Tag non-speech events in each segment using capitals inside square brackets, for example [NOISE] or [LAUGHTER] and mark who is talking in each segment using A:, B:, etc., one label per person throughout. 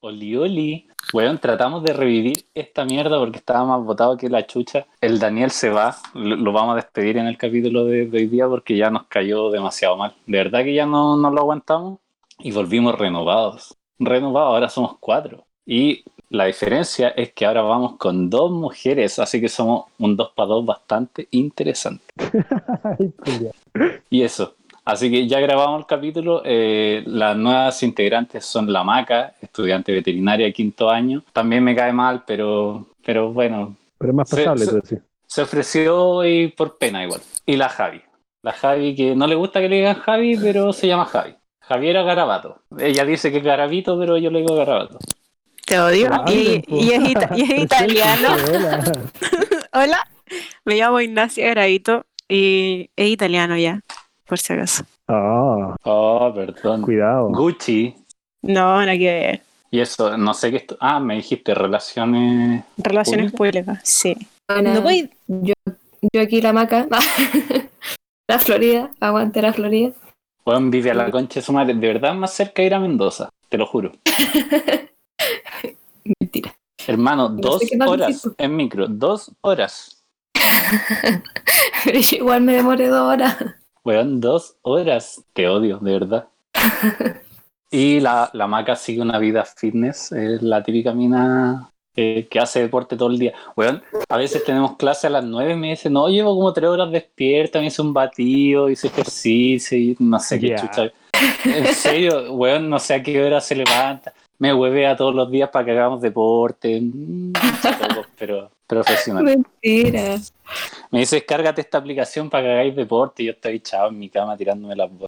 A: Oli, oli. Bueno, tratamos de revivir esta mierda porque estaba más votado que la chucha. El Daniel se va, lo, lo vamos a despedir en el capítulo de, de hoy día porque ya nos cayó demasiado mal. De verdad que ya no, no lo aguantamos y volvimos renovados. Renovados, ahora somos cuatro. Y la diferencia es que ahora vamos con dos mujeres, así que somos un dos para dos bastante interesante.
B: Ay, culiao.
A: Y eso. Así que ya grabamos el capítulo. eh, las nuevas integrantes son la Maca, estudiante veterinaria de quinto año. También me cae mal, pero, pero bueno,
B: Pero es más
A: Sí,
B: pasable,
A: sí.
B: tú decís.
A: se ofreció y por pena igual. Y la Javi. La Javi que no le gusta que le digan Javi, pero se llama Javi. Javiera Garabato. Ella dice que es Garabito, pero yo le digo Garabato.
C: Te odio.
B: Pero
C: Y,
B: hablen, po.
C: y es ita- y [LAUGHS] es italiano.
B: Hola.
C: Hola, me llamo Ignacia Gravito y es italiano ya, por si acaso.
B: [LAUGHS] Ah,
A: Oh, perdón.
B: cuidado.
A: Gucci.
C: No, nada que ver.
A: Y eso, no sé qué... esto- Ah, me dijiste relaciones...
C: Relaciones públicas, sí.
D: Bueno,
C: No voy-
D: yo, yo aquí la maca. [LAUGHS] la Florida, aguante la Florida. [LAUGHS]
A: Juan vive a la concha de su madre. De verdad, más cerca de ir a Mendoza. Te lo juro.
D: Mentira. [LAUGHS]
A: Hermano, dos
D: sé qué más
A: horas
D: decir,
A: en micro. Dos horas.
D: Pero yo igual me demoré dos horas.
A: Weón, dos horas. Te odio, de verdad. Y la, la maca sigue una vida fitness, es la típica mina eh, que hace deporte todo el día. Weón, a veces tenemos clase a las nueve y me dice, no, llevo como tres horas despierta, me hice un batido, hice ejercicio, y no sé qué
B: Ya.
A: chucha. En serio, weón, no sé a qué hora se levanta. Me huevea todos los días para que hagamos deporte. Mm, chicos, Pero profesional.
D: Mentira.
A: Me dices, cárgate esta aplicación para que hagáis deporte. Y yo estoy echado en mi cama tirándome las bolas.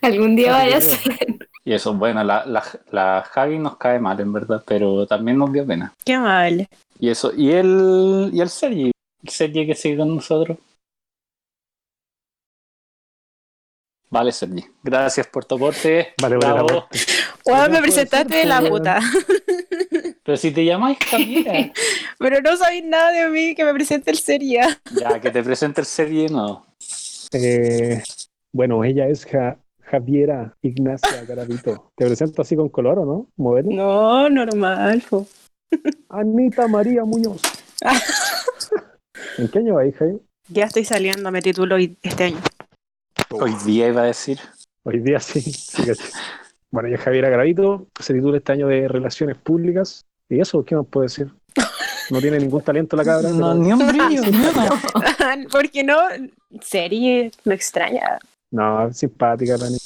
D: Algún día
B: Ah,
D: vaya a
B: sí,
D: ser.
A: Y eso, bueno, la, la, la Javi nos cae mal, en verdad, pero también nos dio pena.
C: Qué amable.
A: Y eso, y el, y el Sergi, el Sergi que sigue con nosotros. Vale, Sergi. Gracias por tu aporte.
B: Vale, vale,
A: Bravo.
B: la vuelta.
C: Guau,
B: no
C: me
B: puede
C: presentaste
B: ser,
C: de la
B: po,
C: puta. [LAUGHS]
A: Pero si te llamáis eh. Javiera.
C: Pero no sabéis nada de mí que me presente el sería.
A: ya, que te presente el Sergi, no.
B: Eh, bueno, ella es Ja- Javiera Ignacia Garavito. Te presento así con color, ¿o no? Modelo.
C: No, normal. po.
B: Anita María
A: [LAUGHS]
B: Muñoz. ¿En qué año va, hija?
C: Ya estoy saliendo, me titulo y- este año. [LAUGHS]
A: Hoy día iba a decir.
B: Hoy día sí. sí, cacho. bueno, ella es Javiera Garavito. Se titula este año de Relaciones Públicas. ¿Y eso qué más puedo decir? No tiene ningún talento la cabra.
A: [LAUGHS] No,
B: pero-
A: ni un brillo,
B: [LAUGHS]
A: nada.
C: Porque no, serie, me extraña.
B: No, es simpática la niña.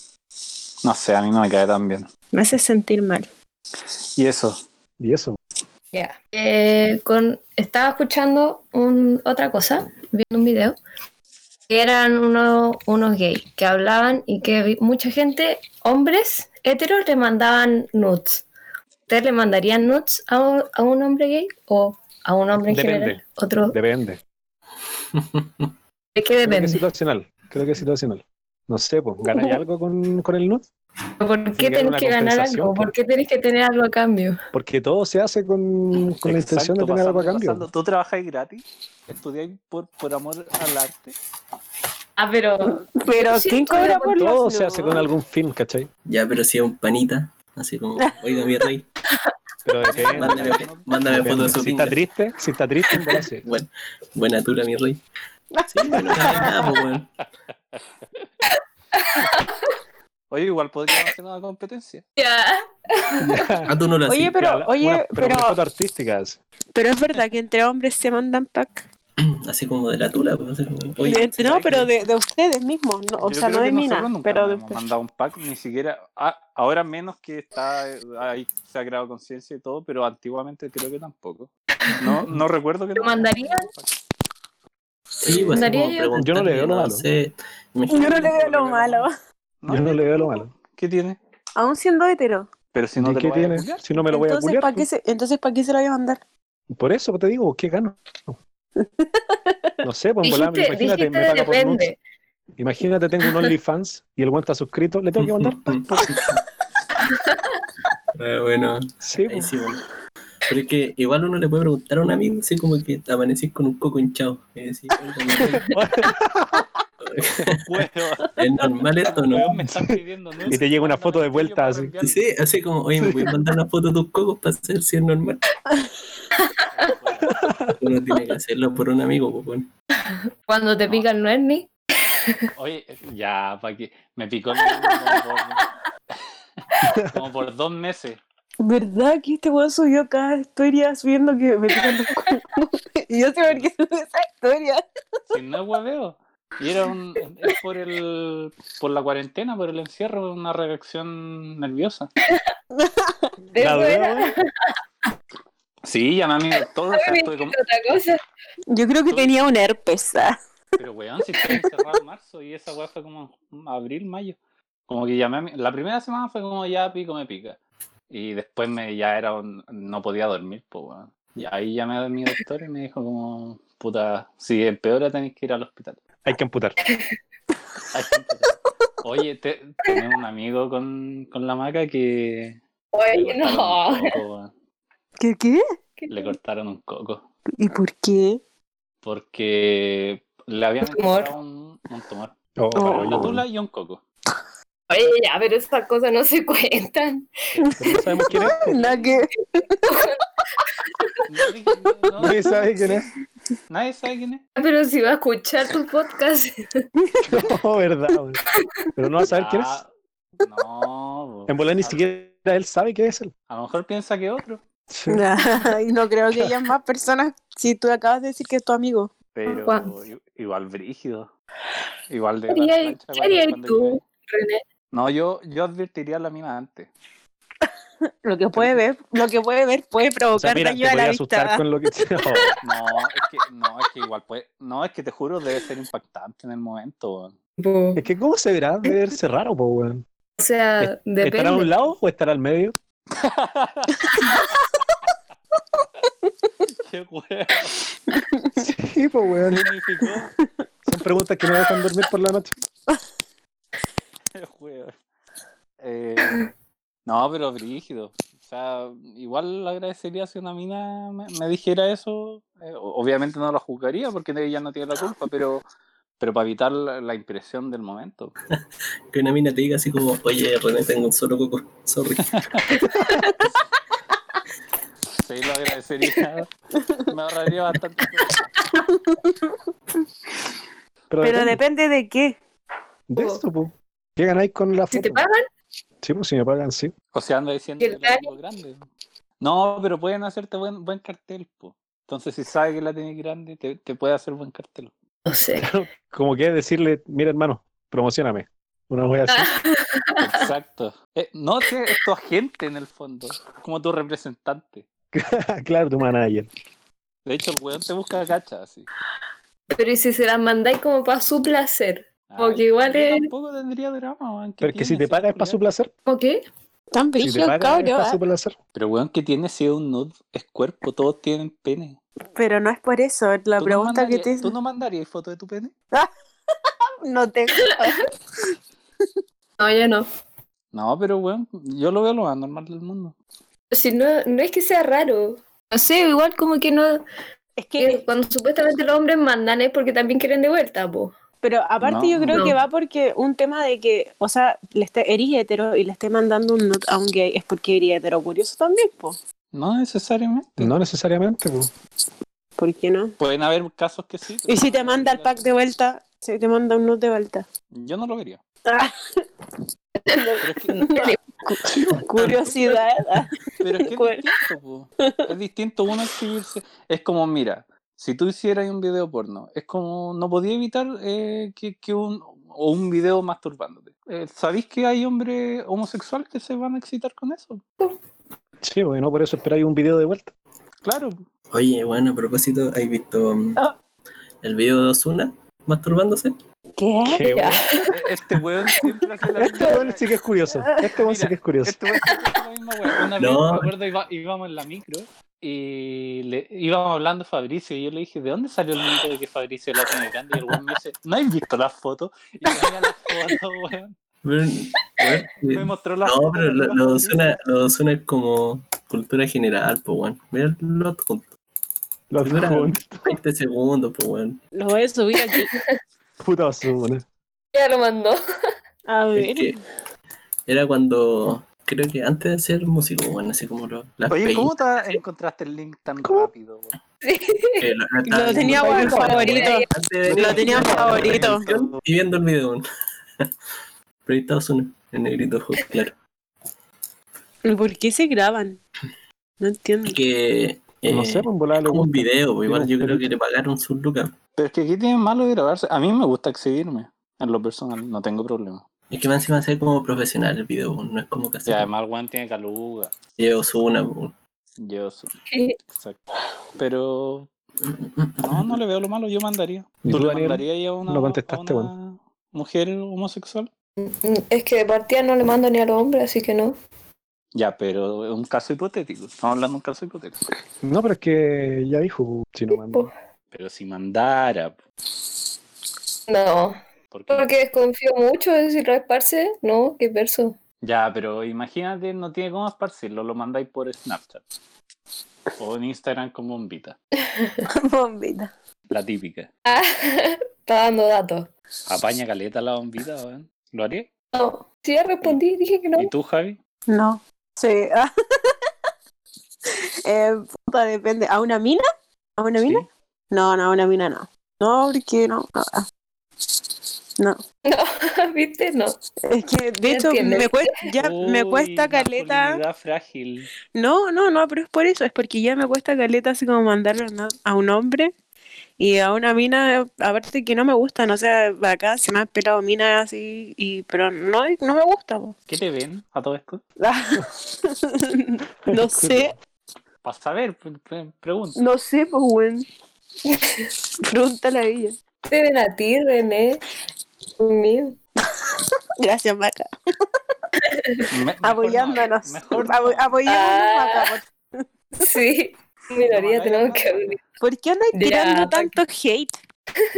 A: No sé, a mí no me cae tan bien.
C: Me hace sentir mal.
A: Y eso,
B: Y eso.
D: Ya. Eh, con, estaba escuchando un- otra cosa, viendo un video, que eran uno- unos gays que hablaban y que vi- mucha gente, hombres heteros, le mandaban nudes. ¿Ustedes le mandarían nudes a un, a un hombre gay o a un hombre en
B: Depende.
D: general? Otro,
B: Depende.
D: es que
B: Creo que es
D: depende.
B: situacional. Creo que es situacional. No sé, pues, ¿ganáis algo con, con el nude?
D: ¿Por
B: que
D: qué
B: haber
D: tenés
B: una
D: que ganar
B: compensación, pues.
D: algo?
B: po.
D: ¿Por qué tenés que tener algo a cambio?
B: Porque todo se hace con, con la intención de
A: Exacto,
B: tener algo a
A: pasando-
B: cambio.
A: pasando. Tú trabajas gratis, estudias por, por amor al arte.
D: Ah, pero
C: Pero
D: Sí,
C: ¿quién
D: estoy de
C: cobra por los
B: Todo se hace
C: nudes?
B: con algún fin, ¿cachai?
E: Ya, pero si es un panita,
C: [LAUGHS]
E: así como, oiga mi rey,
A: [LAUGHS]
B: Pero depende.
E: mándame, mándame
B: depende.
E: foto de su
B: Si está
E: pinta.
B: triste, si está triste, en verdad
C: [LAUGHS]
B: sí.
E: Buen- buena tura, mi rey. Sí, bueno, nada, pues, bueno.
A: Oye, igual podríamos hacer una competencia.
D: ya.
E: Ah, tú no lo
C: Oye,
E: hacías.
C: pero,
B: Ya, la-
C: oye,
B: una-
C: pero,
B: una foto artística. así.
C: pero es verdad que entre hombres se mandan pack.
E: Así como de la tula, pues, así como,
C: De-
E: oye,
C: no, pero de, de ustedes mismos, no, o sea, no de mina, pero de
A: hemos mandado un pack, ni siquiera. ah, ahora menos que está eh, ahí sagrado conciencia y todo, pero antiguamente creo que tampoco. No, no recuerdo que.
D: ¿Lo
A: no-
D: mandarían?
E: Sí, pues, así
D: Mandaría
E: como
D: yo.
B: Yo no le veo
E: preguntarle,
B: lo malo.
E: sé,
C: Yo no le veo lo malo,
B: Yo no le veo lo malo.
A: ¿Qué tiene?
C: aún siendo hetero.
A: Pero si no
B: ¿Y
A: te
B: qué
A: lo vaya a
B: tiene?
A: culiar.
B: Si no me lo voy a
C: Entonces,
B: culiar.
C: ¿para qué, se- entonces, ¿para qué se lo voy a mandar?
B: pues. Por eso te digo, ¿qué
C: [LAUGHS]
B: gano? No sé, pues en volada,
D: Dijiste,
B: imagínate, me
D: dijiste
B: paga por
D: depende.
B: nudes. Imagínate, tengo un OnlyFans y el buen está suscrito, le tengo que
C: [LAUGHS]
E: [LAUGHS]
B: mandar.
E: Eh, bueno,
B: Sí,
E: ahí
B: pues.
E: sí, bueno. Pero es que igual uno le puede preguntar a un amigo, así como que te amanecís con un coco hinchado. Y decís, oiga, mi rey,
B: [LAUGHS]
A: Weón,
E: ¿Es normal esto o
A: pues, weón,
E: no?
A: me están pidiendo nudes.
B: Y te llega una foto de vuelta así.
E: Sí, así como, oye, me voy a mandar una foto de tus cocos para saber si es normal. Uno tiene que hacerlo por un amigo, pues, bueno.
D: Cuando te pican no es ni.
A: Oye, ya, pa' que me picó el como por, como por dos meses.
C: ¿Verdad que este weón subió acá historia subiendo que me pican los cuernos? [LAUGHS] y yo sé por qué sube esa historia.
A: Si no es hueveo. Y era un, es por el por la cuarentena, por el encierro, una reacción nerviosa.
D: De
B: La
D: eso
B: verdad,
D: era
B: weón.
A: Sí, ya mami, todo, o sea, estuve como,
D: otra cosa.
C: Yo creo que tenía un herpes. [LAUGHS] ah.
A: pero weón, si estoy encerrado en marzo y esa weá fue como en abril, mayo. Como que llamé a mi- la primera semana fue como ya pico me pica. Y después me ya era un- no podía dormir, pues weón. Y ahí llamé a mi doctor y me dijo como, puta, si empeora tenéis que ir al hospital.
B: Hay que amputar.
A: Ay, puta. Oye, te, tenía un amigo con, con la maca que.
D: Oye,
A: le cortaron
D: [LAUGHS] no.
A: un coco, weón.
C: ¿Qué qué?
A: le cortaron un coco.
C: ¿Y por qué?
A: Porque le habían
D: Un tumor.
A: encontrado un, un tumor.
B: Oh,
C: Oh.
B: vale,
A: Una [LAUGHS]
B: oye,
A: tula y un coco.
D: Oye, ya, pero esas cosas no se [LAUGHS] cuentan.
B: no sabemos quién es.
C: La que...
A: Nadie, no-
B: Nadie sabe quién es.
A: nadie sabe quién es.
D: Pero si va a escuchar tu podcast. [LAUGHS]
B: No, [LAUGHS] verdad. weón. Pero no va a saber quién es.
A: Ah, No.
B: En volar ni
A: a-
B: siquiera él sabe quién es él.
A: A lo mejor piensa que otro.
C: [LAUGHS]
B: Sí.
C: Y no creo que haya más personas si tú acabas de decir que es tu amigo.
A: Pero
D: Juan.
A: i- igual brígido. Igual de.
D: ¿Qué
A: la
D: harías-
A: plancha
D: qué
A: cuando-
D: harías
A: cuando
D: tú,
A: llegáis.
D: René?
A: No, yo, yo advertiría a la mina antes.
C: Lo que puede ver, lo que puede ver puede
B: O sea,
C: provocar
B: mira, te
C: daño a la
B: podía
C: vista.
B: asustar con lo que. Oh,
A: No, es que, no, es que igual puede. No, es que te juro, debe ser impactante en el momento. weón.
B: Es que, ¿cómo se verá? Debe verse raro, po, weón.
D: O sea,
B: ¿Estará a un
D: depende.
B: lado o estará al medio?
A: [LAUGHS] Qué weón.
B: Sí, po, weón.
A: Unificó.
B: Son preguntas que no dejan dormir por la noche.
A: Qué weón. Eh, no, pero brígido. O sea, igual agradecería si una mina me, me dijera eso. Eh, o- obviamente no la juzgaría porque ella no tiene la culpa, pero, pero para evitar la, la impresión del momento.
E: Que una mina te diga así como, oye, René, tengo un solo coco, sorry.
A: Sí, lo
D: [LAUGHS]
A: agradecería. Me ahorraría bastante.
B: Pero,
C: Pero
B: depende
C: depende de qué.
B: de esto, po. ¿Qué ganáis con la
D: Si
B: foto?
D: te pagan,
B: Sí, pues si me pagan, sí.
A: O sea, anda diciendo
D: ¿Y
A: que
D: el
A: la tengo grande. No, pero pueden hacerte buen, buen cartel, po. Entonces, si sabe que la tienes grande, te, te puede hacer buen cartel.
D: no sé.
B: Como que decirle, mira, hermano, promocioname. Una wea así.
A: Exacto. Eh, no, que es tu agente en el fondo, como tu representante.
C: Ah.
B: [LAUGHS] claro, tu
C: [LAUGHS]
B: manager.
A: De hecho, el weón te busca cacha, así.
D: Pero ¿y si se las mandáis como para su placer? Como que igual
A: yo
D: es-
A: Tampoco tendría drama, weón. ¿qué
B: Pero es que
A: tiene
B: si te
A: ese
B: paga es para su
A: culiao?
B: placer.
D: ¿Ok?
B: Si
C: Tan
B: te
C: brillo, ah.
B: paga es
C: cabrón.
B: para su placer.
A: Pero weón, que tiene si es un nude? Es cuerpo, todos tienen pene.
C: Pero no es por eso. La
A: ¿Tú no
C: pregunta que
A: mandarías-
C: te
A: ¿Tú no mandarías foto de tu pene?
C: [LAUGHS] no tengo.
D: No, ya no.
A: No, pero weón, yo lo veo lo más normal del mundo.
D: Si no, no es que sea raro. No sé, igual como que no.
C: Es
D: que
C: que,
D: cuando supuestamente los hombres mandan es porque también quieren de vuelta, po. [LAUGHS]
C: pero aparte
A: No.
C: yo creo
D: No.
C: que va porque un tema de que, o sea, le esté, eres hetero y le esté mandando un nude a un gay es porque eres hetero curioso también, po.
A: No necesariamente.
B: No necesariamente, po.
C: ¿Por qué no?
A: Pueden haber casos que sí. pero
C: Y si te
A: no
C: manda el
A: debería
C: pack
A: ser.
C: de vuelta, si te manda un nude de vuelta.
A: Yo no lo vería.
C: Ah,
A: Pero es que,
C: curiosidad. ah.
A: pero es, que
C: Cuer-
A: es distinto, po. Es distinto uno exhibirse. Es como, mira, si tú hicieras un video porno, es como, no podía evitar eh, que, que un, o un video masturbándote. Eh, ¿Sabéis que hay hombres homosexuales que se van a excitar con eso?
B: Sí, porque no por eso esperáis un video de vuelta.
A: Claro.
E: Oye, bueno, a propósito, ¿has visto mm,
C: Ah.
E: el video de Osuna masturbándose?
C: ¿Qué?
B: Qué
D: Ya.
B: bueno.
A: E- Este weón siempre hace la
B: Este weón sí que es
C: [LAUGHS]
B: curioso. Este weón sí
A: Mira,
B: que es curioso.
A: Este weón siempre hace la misma weá. Una
E: No.
A: vez, me acuerdo, iba- íbamos en la micro y le, íbamos hablando de Fabricio y yo le dije, ¿de dónde salió el mito de que Fabricio la tiene grande? Y el weón me dice, ¿no has visto las fotos? Y me mira las fotos, weón.
E: Pero, eh,
A: Me mostró las
E: No,
A: fotos.
E: pero lo,
A: de
E: lo de
A: Fabricio.
E: Ozuna- lo de Ozuna es como cultura general, pues, weón. Mira lo junto.
B: Los
E: Dura
B: juntos.
E: 20 segundos, pues, weón.
C: Lo voy a subir aquí.
B: Puta basura.
D: [LAUGHS] Ya lo mandó.
C: A
E: Es
C: ver.
E: que era cuando, creo que antes de ser músico, bueno, así como lo, las
A: Oye,
E: pelis,
A: ¿cómo te encontraste el link tan rápido? weón?
E: [LAUGHS] que la- la estaban
C: Lo tenía
E: viendo
C: en favorito.
E: antes de venir
C: Lo
E: aquí,
C: tenía en
E: la
C: favorito.
E: canción Y viendo el [LAUGHS] video. Proyectado Osuna, el negrito, claro.
C: ¿Y por qué se graban? No entiendo.
E: Que, eh,
B: No sé, pues volaba
E: es como un video, igual
B: Tiene
E: yo
B: un
E: creo que
B: pelito.
E: le pagaron sus lucas.
A: Pero es que aquí tiene malo de grabarse. A mí me gusta exhibirme. En lo personal, no tengo problema.
E: Es que más encima ser como profesional el video, pues, no es como que
A: Y
E: hacer
A: además el weón tiene caluga.
E: llevo una. pues.
A: Yo sí, exacto. Pero no, no le veo lo malo, yo mandaría.
B: ¿Y
A: ¿Tú
B: tú,
A: le
B: Daniel?
A: mandaría ahí a una,
B: No contestaste,
A: a una mujer homosexual?
D: Es que de partida no le mando ni a los hombres, así que no.
A: Ya, pero es un caso hipotético. Estamos hablando de un caso hipotético.
B: No, pero es que ya dijo, si no mando.
A: Pero si mandara,
D: No.
A: porque
D: Porque desconfío mucho de si lo esparce. No, qué verso.
A: Ya, pero imagínate, no tiene cómo esparcirlo, lo mandáis por Snapchat. O en Instagram con bombita,
C: [LAUGHS] Bombita.
A: la típica.
D: Ah, [LAUGHS] está dando datos.
A: Apaña caleta la bombita, weón. ¿Lo haría?
D: No. Sí, ya respondí, dije que no.
A: ¿Y tú, Javi?
C: No. Sí. [LAUGHS] ah. eh, puta, depende. ¿A una mina? ¿A una mina?
A: Sí.
C: No, no, a una mina no. No, porque no. no.
D: No, [LAUGHS] ¿viste? No.
C: Es que, de hecho,
D: entiendes?
C: me cuesta, ya me
A: Uy,
C: cuesta caleta.
A: masculinidad frágil.
C: No, no, no, pero es por eso, es porque ya me cuesta caleta así como mandarlo ¿no? a un hombre y a una mina, eh, aparte que no me gustan, o sea, acá se me han pelado minas así, y, pero no, no me gusta. po.
A: ¿Qué te ven a todo esto?
C: [LAUGHS] no sé,
A: Para saber, pre- pre- pregunta.
C: no sé, pues, weón. Pregúntale a ella.
D: Te ven a ti, René. Mío.
C: Gracias, Maca.
A: Me- mejor no,
C: Ah, pues, Apoyándonos.
A: mejor no.
C: Apo- apoyándonos,
D: Ah.
C: pues, Maca. por-
D: Sí. Minoría,
A: No,
D: tenemos
A: no,
D: que
A: no. [LAUGHS]
D: abrir.
C: ¿Por qué andas
D: Ya,
C: tirando
D: Maca.
C: tanto hate?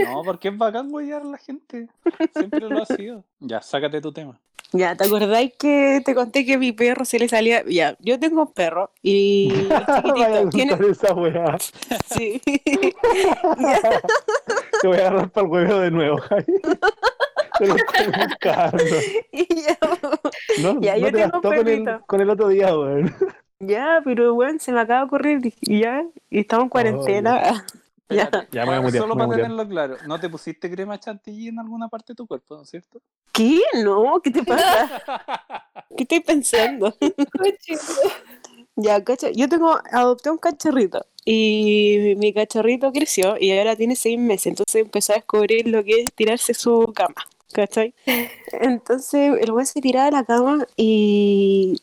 A: No, porque es bacán huellar a la gente. Siempre lo ha sido. Ya, sácate tu tema.
C: Ya, ¿te acordáis que te conté que mi perro se le salía? Ya, yo tengo un perro y [LAUGHS]
B: [LAUGHS]
C: es
B: Vaya
C: chiquitito,
B: a
C: tiene,
B: contar esa weá.
C: Sí. [LAUGHS]
B: Te voy a agarrar para el hueveo de nuevo, [LAUGHS]
C: [LAUGHS]
B: Javi. Te lo estoy buscando.
C: Y ya,
B: No,
C: Ya,
B: no
C: yo
B: te
C: tengo un
B: gastó con el,
C: perrito.
B: con el otro día, weón.
C: ya, pero bueno, se me acaba de ocurrir. dije, Ya, y estamos en cuarentena. Ya.
A: Espérate.
B: Ya me voy a mutear,
A: Solo
B: me
A: para
B: voy a
A: tenerlo claro, no te pusiste crema chantilly en alguna parte de tu cuerpo, ¿no es cierto?
C: ¿Qué? No, ¿qué te [LAUGHS] pasa? ¿Qué estoy pensando? Ya, cacha, yo tengo, adopté un cachorrito y mi cachorrito creció y ahora tiene seis meses, entonces empezó a descubrir lo que es tirarse su cama, ¿cachai? Entonces el güey se tiraba a la cama y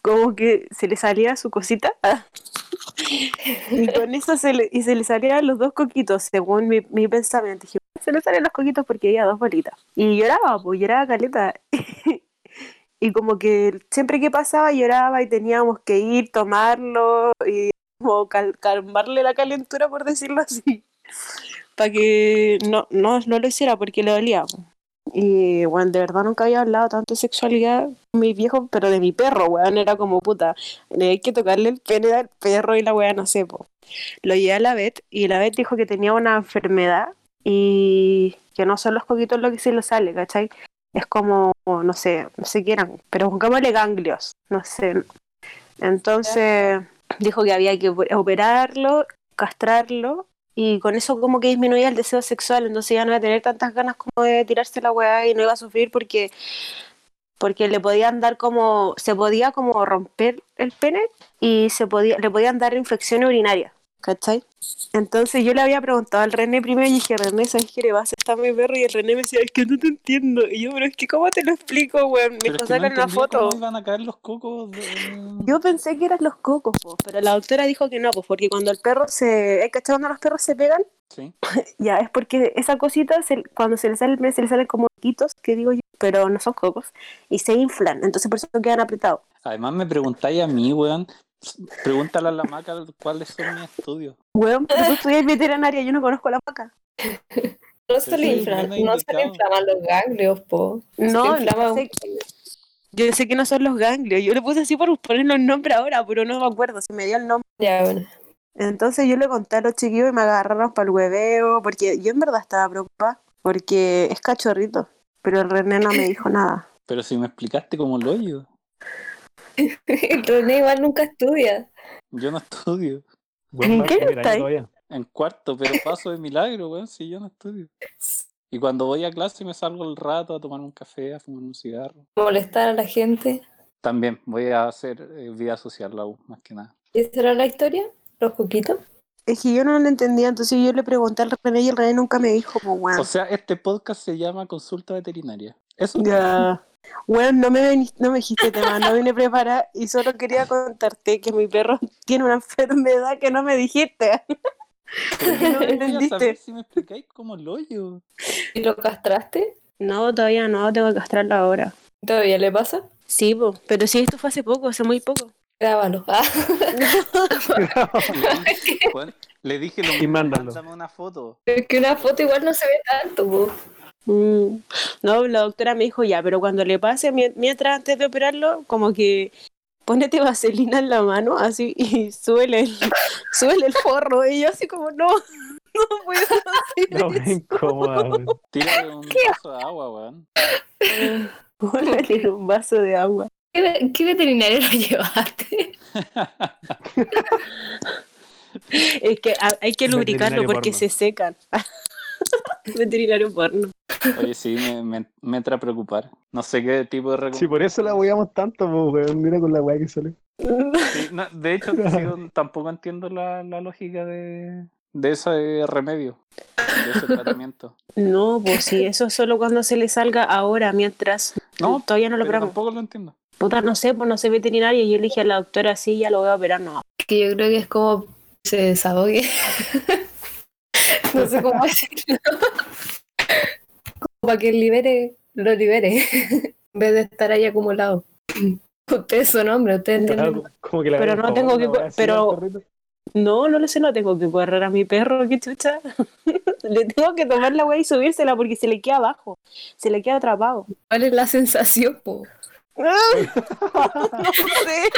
C: como que se le salía su cosita [LAUGHS] y con eso se le, y se le salían los dos coquitos, según mi, mi pensamiento. Dije, se le salen los coquitos porque había dos bolitas. Y lloraba, pues lloraba caleta. [LAUGHS] y como que siempre que pasaba lloraba y teníamos que ir, tomarlo y [LAUGHS] como cal- calmarle la calentura, por decirlo así, para que no, no, no lo hiciera porque le dolía. po. Y bueno, de verdad nunca había hablado tanto de sexualidad con mi viejo, pero de mi perro, weón, era como puta, le hay que tocarle el pene al perro y la weá no sé, po. Lo llevé a la vet y la vet dijo que tenía una enfermedad y que no son los coquitos lo que se le sale, ¿cachai? es como, no sé, no sé qué eran, pero pongámosle ganglios, no sé. Entonces dijo que había que operarlo, castrarlo, y con eso como que disminuía el deseo sexual, entonces ya no iba a tener tantas ganas como de tirarse la weá y no iba a sufrir porque porque le podían dar como, se podía como romper el pene y se podía, le podían dar infección urinaria, ¿cachai? Entonces yo le había preguntado al René primero y dije, René, ¿sabes qué le va a hacer a mi perro? Y el René me decía, es que no te entiendo. Y yo, pero es que ¿cómo te lo explico, weón? Me
A: Pero es que
C: dijo,
A: no
C: "Sácale una
A: entendí
C: foto.
A: ¿Cómo iban a caer los cocos? de-
C: Yo pensé que eran los cocos, po, pero la doctora dijo que no, pues porque cuando el perro se... ¿eh, ¿Cachai? Cuando los perros se pegan,
A: Sí.
C: ya es porque esa cosita, se- cuando se le sale, se le salen como quitos, que digo yo, pero no son cocos, y se inflan, entonces por eso quedan apretados.
A: Además me preguntáis a mí, weón. Pregúntale a la maca cuáles son mis estudios.
C: Weón, pero tú estudias veterinaria, yo no conozco la vaca.
D: No se le
A: Sí,
D: inflan,
A: no he
D: no se le
A: indicado.
D: inflaman los ganglios, po. Se te
C: No,
D: inflama
C: no
D: un-
C: sé, yo sé que no son los ganglios, yo le puse así por ponerle un nombre ahora, pero no me acuerdo, se me dio el nombre.
D: Ya, bueno. [LAUGHS]
C: Entonces yo le conté a los chiquillos y me agarraron para el hueveo, porque yo en verdad estaba preocupada. porque es cachorrito. Pero el René no me dijo nada.
A: Pero si me explicaste cómo lo oigo.
D: El René igual nunca estudia.
A: Yo no estudio.
B: Buen
C: ¿En
B: margen,
C: qué
B: mira, yo
C: estáis?
B: todavía.
A: En cuarto, pero paso de milagro, weón, si yo no estudio. Y cuando voy a clase me salgo al rato a tomar un café, a fumar un cigarro.
D: Molestar a la gente.
A: También voy a hacer eh, vida social la U, más que nada.
D: ¿Y esa era la historia? ¿Los coquitos?
C: Es que yo no lo entendía, entonces yo le pregunté al René y el René nunca me dijo, como, weón.
A: O sea, este podcast se llama Consulta Veterinaria. Eso
C: Ya. Bueno, no me, veni- no me dijiste tema, no vine preparada y solo quería contarte que mi perro tiene una enfermedad que no me dijiste.
A: Pero yo no voy a
C: [LAUGHS] Entendiste.
A: saber si me explicáis cómo lo oigo.
D: ¿Y lo castraste?
C: [LAUGHS] No, todavía no, tengo que castrarlo ahora.
D: ¿Todavía le pasa?
C: Sí, po, pero sí, esto fue hace poco, hace muy [LAUGHS] poco.
D: Grábalo. Ah,
A: [LAUGHS] Juan, le dije lo
B: Y
A: mismo,
B: mándalo.
A: mándame una foto.
D: es que una foto igual no se ve tanto, po.
C: Mm. No, la doctora me dijo ya, pero cuando le pase, mien- mientras antes de operarlo, como que ponete vaselina en la mano, así, y
B: [LAUGHS]
C: suele el, súbele el forro. Y yo así como, no, [LAUGHS] no puedo hacer
B: [LAUGHS] No me incomoda, weón.
A: [LAUGHS] Tírale un vaso de agua, weón.
C: Póngale un vaso de agua.
D: ¿Qué, ve- qué veterinario lo [LAUGHS] llevaste?
C: Es que a- hay que lubricarlo
B: Veterinario
C: porque
B: porno.
C: se secan. [LAUGHS] Veterinario porno.
A: Oye, sí, me, me, me entra a preocupar. No sé qué tipo de
B: [LAUGHS] Sí,
A: recomendación.
B: por eso la weamos tanto, po, weón. Mira con la weá que sale.
A: de hecho, sí, tampoco entiendo la, la lógica de, de ese remedio, de [LAUGHS] ese tratamiento.
C: No, pues sí, eso es solo cuando se le salga ahora, mientras.
A: No,
C: No, todavía no lo
A: Pero
C: operamos.
A: tampoco lo entiendo.
C: Puta, no sé, pues no sé veterinaria. Yo le dije a la doctora, sí, ya lo voy a operar, no.
D: Que yo creo que es como se desahogue. [LAUGHS] no sé cómo decirlo. como para que libere, lo libere. [LAUGHS] en vez de estar ahí acumulado. Ustedes son hombres, ustedes entienden.
B: Claro, como que la
C: Pero
B: weá,
C: no
B: por
C: tengo
B: favor,
C: que
B: la
C: cu-
B: weá así al
C: pero-
B: perrito.
C: No, no lo sé, no tengo que correr a mi perro, qué chucha. [LAUGHS] le tengo que tomar la weá y subírsela porque se le queda abajo. Se le queda atrapado.
D: ¿Cuál es la sensación, po?
C: no sé.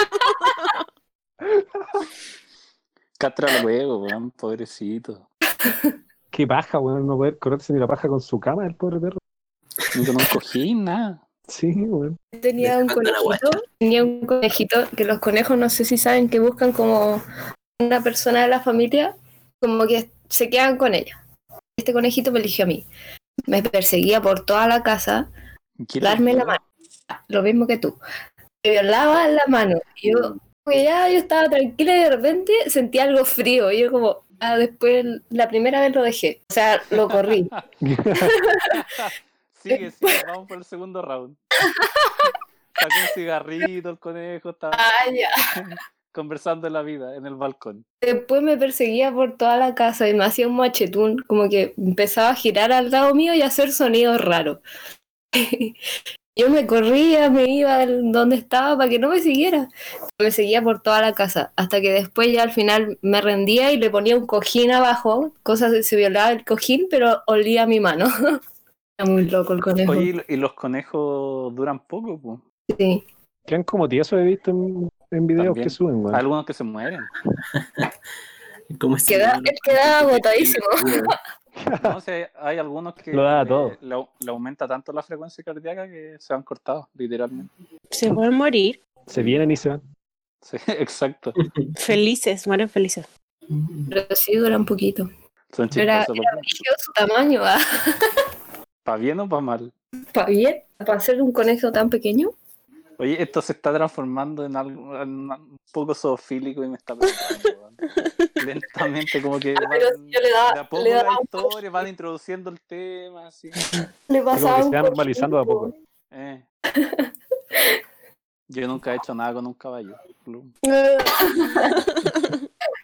A: Castra el huevo, weón, pobrecito.
B: Qué paja, weón. No poder correrse ni la paja con su cama, el pobre perro.
A: Ni con un cojín, nada.
B: Sí, weón.
D: Tenía un
E: Dejando la
D: conejito, tenía un conejito, que los conejos no sé si saben que buscan como una persona de la familia, como que se quedan con ella. Este conejito me eligió a mí. Me perseguía por toda la casa,
A: ¿Qué te
D: darme la
A: digo?
D: mano, lo mismo que tú. Me violaba la mano. Y yo, como que ya yo estaba tranquila y de repente sentí algo frío. Y yo como, ah, después la primera vez lo dejé. O sea, lo corrí.
A: Sigue, sigue, vamos por el segundo [LAUGHS] round. Sacó un cigarrito, el conejo estaba
D: Ah, ya.
A: conversando en la vida, en el balcón.
D: Después me perseguía por toda la casa y me hacía un machetún, como que empezaba a girar al lado mío y a hacer sonidos raros. [LAUGHS] Yo me corría, me iba al- donde estaba para que no me siguiera. Me seguía por toda la casa, hasta que después ya al final me rendía y le ponía un cojín abajo, cosa que se violaba el cojín, pero olía mi mano. [LAUGHS] Era muy loco el conejo.
A: Oye, ¿y lo- y los conejos duran poco, po?
D: Sí.
B: Quedan como tiesos, he visto en, en videos
A: También.
B: que suben, weón.
A: Algunos que se mueren.
E: ¿Cómo es
D: Queda- él quedaba agotadísimo.
A: No sé, hay algunos que
B: Lo da
A: le-
B: todo.
A: Le, au- le aumenta tanto la frecuencia cardíaca que se han cortado, literalmente. [LAUGHS]
C: Se pueden morir
B: Se vienen y se van.
A: Sí, exacto.
E: este
C: felices, mueren felices.
D: Pero sí dura un poquito.
A: Son
D: Era,
A: chistosos.
D: era brígido su tamaño, ¿ah? [LAUGHS]
A: ¿Para bien o para mal?
D: ¿Para bien? ¿Para ser un conejo tan pequeño?
A: Oye, esto se está transformando en algo en un poco zoofílico y me está preocupando.
D: [LAUGHS]
A: weón. Lentamente, como que
D: Ah, pero
A: van,
D: yo le daba-
A: de a poco
D: le daba
A: la
D: un
A: historia, van introduciendo el tema,
D: [LAUGHS]
A: así.
D: Le
B: Como
D: pasaba
B: que se
D: un
B: va
D: cojín,
B: normalizando de a poco.
A: Eh. Yo nunca he hecho nada con un caballo.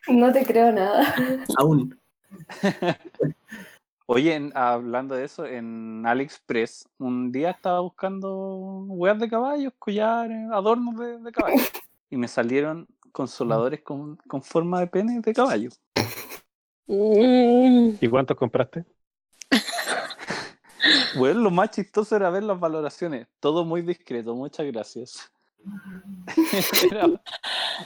D: No te creo nada.
E: [LAUGHS] Aún.
A: Oye, en- hablando de eso, en AliExpress, un día estaba buscando weas de caballos, collares, adornos de, de caballo. Y me salieron consoladores con, con forma de pene de caballo.
C: Mm.
B: ¿Y cuántos compraste?
A: Bueno, lo más chistoso era ver las valoraciones. Todo muy discreto, muchas gracias. [LAUGHS] Era,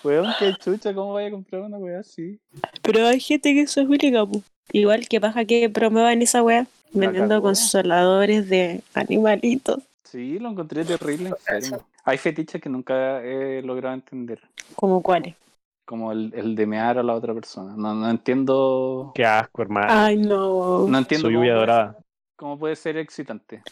A: weón, qué chucha, ¿cómo voy a comprar una wea así?
C: Pero hay gente que eso es milicapo. Igual que paja que promuevan esa weá. vendiendo
B: cagó.
C: consoladores de animalitos.
A: Sí, lo encontré terrible. enfermo. Hay fetiches que nunca he logrado entender.
C: ¿Como cuáles?
A: Como el, el de mear a la otra persona. No, no entiendo.
B: Qué asco, hermano.
C: Ay, Ah. no.
A: No entiendo
B: Su lluvia
A: cómo-
B: dorada.
A: cómo puede ser excitante.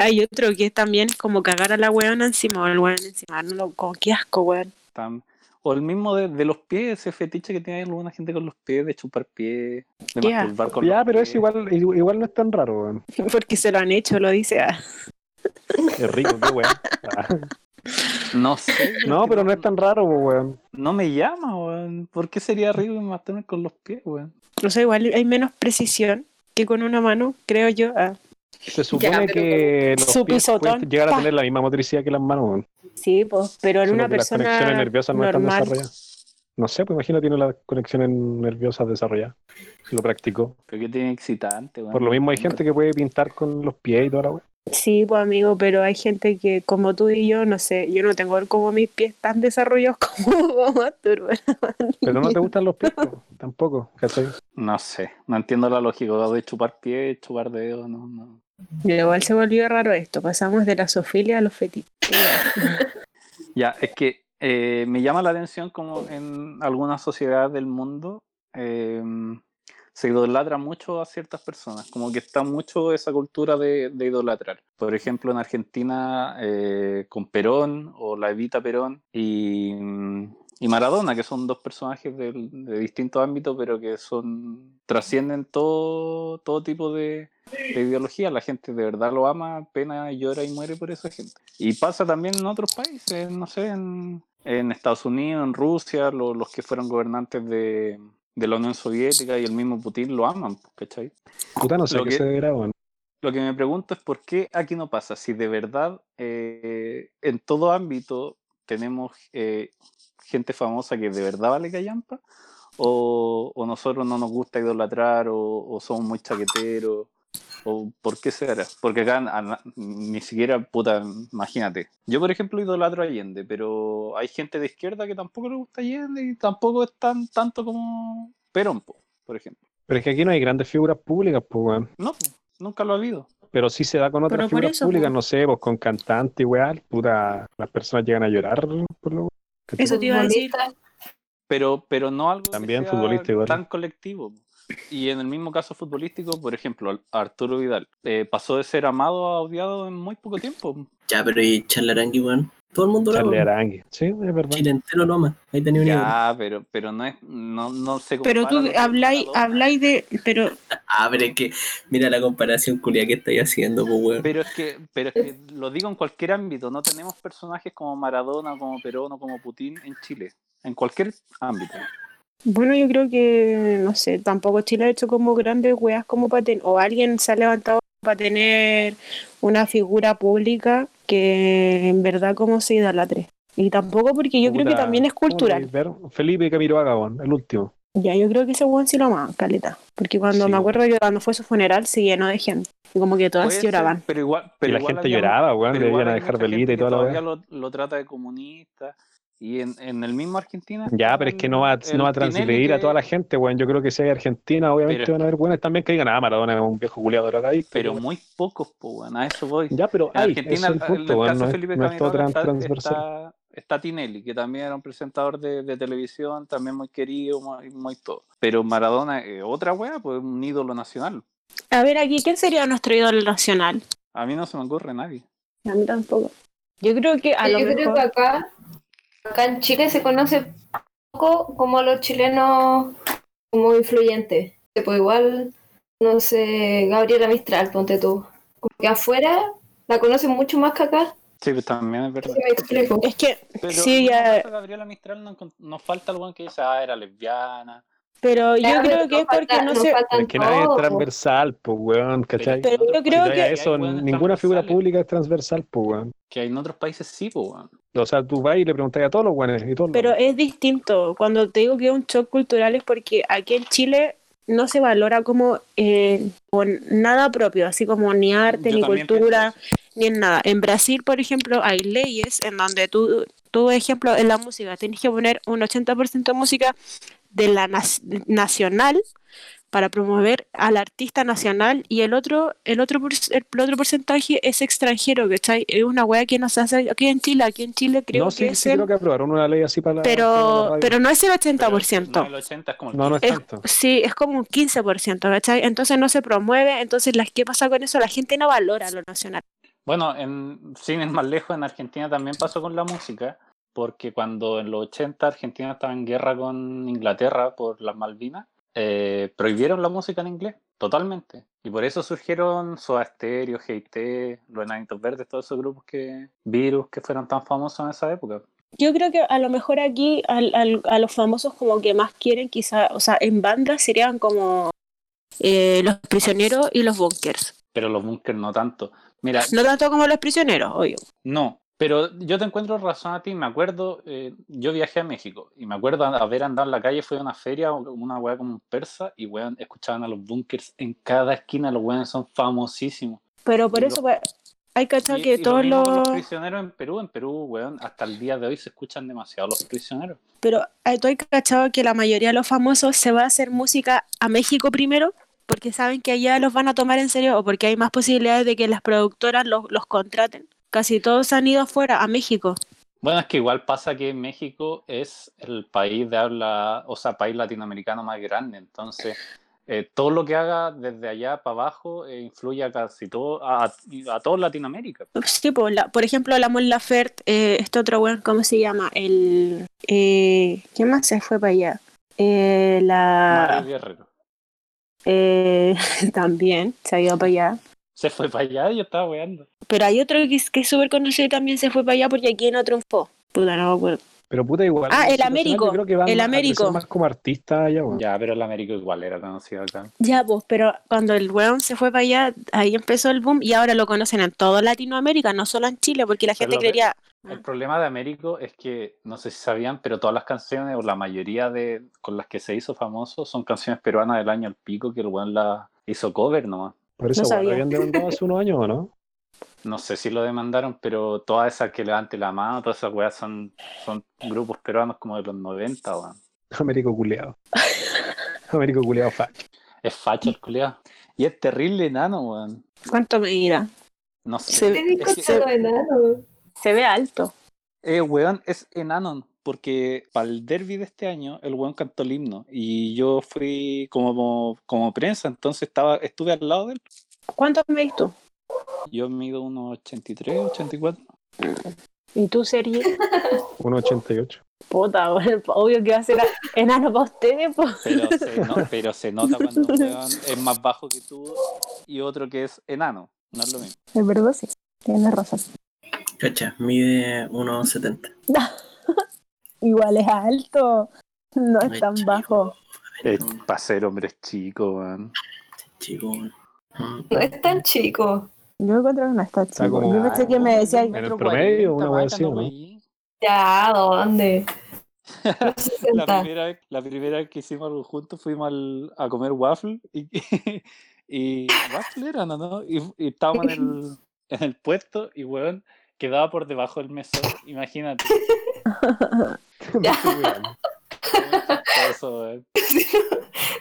C: Hay otro que también es como cagar a la weona encima o al weón encima. No, lo- como, qué asco, weón. [LAUGHS]
A: tan- O el mismo de, de los pies, ese fetiche que tiene alguna gente con los pies, de chupar pies, de
C: Qué
A: masturbar con
B: Ya,
A: los
B: pero
A: pies.
B: es igual, igual no es tan raro, weón.
C: Porque se lo han hecho, lo dice. ah.
B: Es rico, qué weón. Ah.
A: No sé.
B: [LAUGHS] No, pero no es tan raro, po, weón.
A: No me llama, weón. ¿Por qué sería rico masturbar con los pies, weón?
C: No sé, igual hay menos precisión que con una mano, creo yo. ah.
B: Se supone
D: pero
B: que los
C: Su
B: pies pueden
C: pisotón,
B: llegar a
C: pa.
B: tener la misma motricidad que las manos, weón.
C: Sí, pues, pero en
B: Solo
C: una
B: que Las
C: persona
B: conexiones nerviosas no están
C: normal.
B: desarrolladas. No sé, pues imagino tiene las conexiones nerviosas desarrolladas. Lo practicó.
A: Pero que tiene excitante, weón.
B: Por lo mismo hay gente que puede pintar con los pies y toda la weón.
C: Sí, pues amigo, pero hay gente que como tú y yo, no sé, yo no tengo como mis pies tan desarrollados [LAUGHS] como masturbar.
B: Pero
C: [LAUGHS]
B: no te gustan los pies, po, tampoco, ¿cachai?
A: No sé. No entiendo la lógica de chupar pies, chupar dedos, no, no.
C: Igual se volvió raro esto, pasamos de la sofilia a los fetiches.
A: Ya, es que eh, me llama la atención como en algunas sociedades del mundo eh, se idolatra mucho a ciertas personas, como que está mucho esa cultura de, de idolatrar. Por ejemplo, en Argentina eh, con Perón o la Evita Perón y, y Maradona, que son dos personajes del- de, distintos ámbitos, pero que son trascienden todo, todo tipo de, de ideología. La gente de verdad lo ama, pena, llora y muere por esa gente. Y pasa también en otros países, no sé, en, en Estados Unidos, en Rusia, lo- los que fueron gobernantes de, de la Unión Soviética y el mismo Putin lo aman, pues, ¿cachai?
B: Puta, no sé
A: Lo
B: qué
A: que-
B: se deberá, weón.
A: Lo que me pregunto es por qué aquí no pasa, si de verdad eh, en todo ámbito tenemos eh, gente famosa que de verdad vale callampa, o, o nosotros no nos gusta idolatrar, o, o somos muy chaqueteros, o por qué será. Porque acá a na- ni siquiera, puta, imagínate. Yo, por ejemplo, idolatro a Allende, pero hay gente de izquierda que tampoco le gusta Allende y tampoco es tan tanto como Perón, po, por ejemplo.
B: Pero es que aquí no hay grandes figuras públicas, pues, weón.
A: No, po, nunca lo ha habido.
B: Pero sí se da con otras
C: Pero por
B: figuras
C: eso,
B: públicas,
C: po.
B: no sé, pues con cantantes, weón. Puta, las personas llegan a llorar por lo ¿cachai?
C: Eso te iba a decir.
D: Futbolistas,
A: pero, pero no algo que
B: También
A: sea
B: futbolista igual.
A: tan colectivo. Y en el mismo caso futbolístico, por ejemplo, Ar- Arturo Vidal eh, pasó de ser amado a odiado en muy poco tiempo.
E: Ya, pero y Charlarangui, weón. Todo el mundo lo
B: Charlie
E: ama.
B: Arangui. Sí, es verdad.
E: Chile entero lo ama. Ahí tenía un ídolo.
A: Ya, pero, pero no es, no, no se
C: Pero
A: compara
C: tú
A: con
C: habláis,
A: Maradona.
C: habláis de, pero
E: Ah, pero es que, mira la comparación culia que estáis haciendo, pues, weón.
A: Pero es que, pero es que lo digo en cualquier ámbito, no tenemos personajes como Maradona, como Perón o como Putin en Chile. En cualquier ámbito.
C: bueno, yo creo que, no sé, tampoco Chile ha hecho como grandes weas como para tener, o alguien se ha levantado para tener una figura pública que en verdad como se idolatre. Y tampoco porque yo creo que
B: Puta,
C: también es
B: ¿cómo
C: cultural.
B: podéis ver? Felipe Camiroaga, weón, el último.
C: Ya, yo creo que ese weón sí lo amaban, caleta. Porque cuando
B: Sí.
C: me acuerdo que cuando fue su funeral se llenó de gente. Y como que todas
A: Puede ser,
C: lloraban.
A: pero igual,
B: Y
A: pero
B: la
A: igual
B: gente
A: había-
B: lloraba, weón,
A: pero
B: le
A: igual
B: iban a
A: hay
B: dejar
A: mucha gente
B: velita y
A: que
B: toda la weá.
A: Todavía lo, lo trata de comunista. Y en, en el mismo Argentina.
B: Ya,
A: está
B: pero es que
A: el-
B: no va,
A: el
B: no va a
A: Tinelli
B: transgredir a
A: que-
B: toda la gente, weón. Yo creo que si hay Argentina, obviamente
A: Pero-
B: van a haber buenas también que digan, ah, Maradona es un viejo culiado drogadicto.
A: Pero muy pocos, po, weón, a eso voy.
B: ya, pero
A: En
B: hay, ese es
A: Argentina,
B: el
A: en el
B: punto, weón,
A: caso
B: no
A: de
B: es-
A: Felipe
B: no es todo
A: Camiroaga
B: tran-
A: está,
B: transversal.
A: está- está Tinelli, que también era un presentador de, de televisión, también muy querido, muy, muy todo. Pero Maradona, eh, otra wea, pues un ídolo nacional.
C: A ver aquí, ¿quién sería nuestro ídolo nacional?
A: A mí no se me ocurre nadie.
C: A mí tampoco. Yo creo que a
D: Eh, yo
C: lo
D: creo
C: mejor...
D: que acá, acá en Chile se conoce poco como a los chilenos como influyentes. Tipo, igual, no sé, Gabriela Mistral, ponte tú. Porque afuera la conocen mucho más que acá.
A: Sí, pues también es verdad.
D: ¿Sí me explico?
C: Es que,
A: Pero
C: Sí,
A: en el
C: ya-
A: caso de Gabriela Mistral no encon- nos falta el weón que dice, ah, era lesbiana.
C: pero yo creo
D: Ya, pero
C: que es
D: nos falta-
C: porque no
D: nos
C: se...
D: faltan
B: Pero es que nadie es
D: todos.
B: transversal, pues, weón, ¿cachai?
C: Pero yo
A: en otros
B: Si
C: creo
A: países
B: no
C: que-
B: hay
A: hay
B: eso,
A: weones
B: ninguna figura
A: transversales,
B: pública es transversal, pues, weón.
A: Que en otros países sí, pues, weón.
B: O sea, tú vas y le preguntas a todos los weones y todos los-
C: Pero es distinto. Cuando te digo que es un shock cultural es porque aquí en Chile no se valora como eh, con nada propio, así como ni arte,
A: Yo
C: ni
A: también pienso
C: cultura,
A: eso.
C: ni en nada. En Brasil, por ejemplo, hay leyes en donde tú, tú ejemplo, en la música, tienes que poner un 80% de música de la nas- nacional para promover al artista nacional y el otro, el otro, por- el, otro porcentaje es extranjero, ¿cachai? Es una wea que nos hace aquí en Chile, aquí en Chile creo
B: no,
C: que
B: sí,
C: es
B: sí,
C: el-
B: creo que aprobaron una ley así para la- para la
C: pero,
B: radio.
C: pero no es el
A: Pero
C: 80%.
A: no, el 80 es como el
B: No, no es
C: es-
B: tanto.
C: Sí, es como un 15%, ¿cachai? Entonces no se promueve, entonces las- ¿qué pasa con eso? La gente no valora lo nacional.
A: Bueno, en, sin ir más lejos, en Argentina también pasó con la música, porque cuando en los 80 Argentina estaba en guerra con Inglaterra por las Malvinas, eh, prohibieron la música en inglés, totalmente. Y por eso surgieron Soda Stereo, GT, Los Enanitos Verdes, todos esos grupos que, virus, que fueron tan famosos en esa época.
C: Yo creo que a lo mejor aquí al- al- a los famosos como que más quieren quizá, o sea, en bandas serían como eh, los prisioneros y los bunkers.
A: Pero los bunkers no tanto. Mira,
C: No tanto como los prisioneros, obvio.
A: No, pero yo te encuentro razón a ti. Me acuerdo, eh, yo viajé a México y me acuerdo a- haber andado en la calle, fue a una feria, o una weá como un persa, y weón, escuchaban a los bunkers en cada esquina. Los weones son famosísimos.
C: Pero por
A: Y
C: eso
A: lo-
C: pues, hay que achar
A: Y-
C: que
A: y lo
C: todos
A: mismo con
C: los...
A: los prisioneros en Perú, en Perú, weón, hasta el día de hoy se escuchan demasiado los prisioneros.
C: Pero hay- tú hay cachado que la mayoría de los famosos se va a hacer música a México primero porque saben que allá los van a tomar en serio o porque hay más posibilidades de que las productoras los, los contraten. Casi todos han ido afuera, a México.
A: Bueno, es que igual pasa que México es el país de habla, o sea, país latinoamericano más grande, entonces eh, todo lo que haga desde allá para abajo eh, influye a casi todo, a, a todo Latinoamérica.
C: Sí, po, la- por ejemplo, la Mon Laferte, eh, este otro weón, ¿cómo se llama? El, eh, ¿Quién más se fue para allá? Eh,
A: Mario
C: la...
A: Guerrero.
C: eh, [LAUGHS] también se ha ido para allá.
A: Se fue para allá y yo estaba weando.
C: Pero hay otro que es que es súper conocido y también se fue para allá porque aquí no triunfó. Puta, no me acuerdo.
B: Pero puta igual. la
C: Ah,
B: música
C: el
B: nacional
C: Américo,
B: yo creo que van
C: el
B: a crecer
C: Américo.
B: Más como artista allá, weón.
A: Ya, pero el Américo igual era conocido acá.
C: Ya, pues, pero cuando el weón se fue para allá, ahí empezó el boom y ahora lo conocen en toda Latinoamérica, no solo en Chile, porque la
A: Pero
C: gente
A: lo-
C: creería,
A: El problema de Américo es que, no sé si sabían, pero todas las canciones o la mayoría de con las que se hizo famoso son canciones peruanas del año al pico que el weón la hizo cover nomás.
B: Por eso,
C: No
B: weón, lo
C: sabía.
B: habían demandado hace unos años, ¿o no? [LAUGHS]
A: No sé si lo demandaron, pero todas esas que levante la mano, todas esas weas son, son grupos peruanos como de los 90, weón.
B: Américo culeado.
C: [LAUGHS]
B: Américo culeado, fuck.
A: Es facho el culiao. Y es terrible enano, weón.
C: ¿cuánto me dirá?
A: No sé.
C: Se-
A: Es que-
C: Se ve alto.
A: Eh, weón, es enano, porque para el derby de este año el weón cantó el himno y yo fui como, como prensa, entonces estaba, estuve al lado de él.
C: ¿Cuánto me tú?
A: Yo mido unos 83, 84.
C: Y tú [LAUGHS] serías [LAUGHS]
B: 1.88.
C: puta, weón, obvio que va a ser enano para ustedes, pues. po.
A: Pero se,
B: [LAUGHS]
A: no- pero se nota cuando un weón es más bajo que tú y otro que es enano. No es lo mismo.
C: Es verdad, sí. Tienes razón.
E: Cacha, mide 1,70.
C: Igual es alto. No
E: es Ay, tan chico. bajo.
A: para ser hombres chicos, weón.
E: Chico, weón. Mm.
D: No es tan chico.
C: Yo encontré una
B: Está
C: estatua.
B: como- Yo pensé que
A: me
C: decía
B: En el promedio, una wea así, ¿o ¿no?
D: Ya, ¿dónde?
A: [LAUGHS]
D: No se
A: La
D: sienta.
A: primera, vez- la primera vez que hicimos algo juntos fuimos al- a comer waffle y, [LAUGHS] y waffle era, ¿no? no? Y, y estábamos en el, en el puesto y weón quedaba por debajo del mesón, imagínate.
B: Me [LAUGHS] estoy weando.
A: Eso, weón.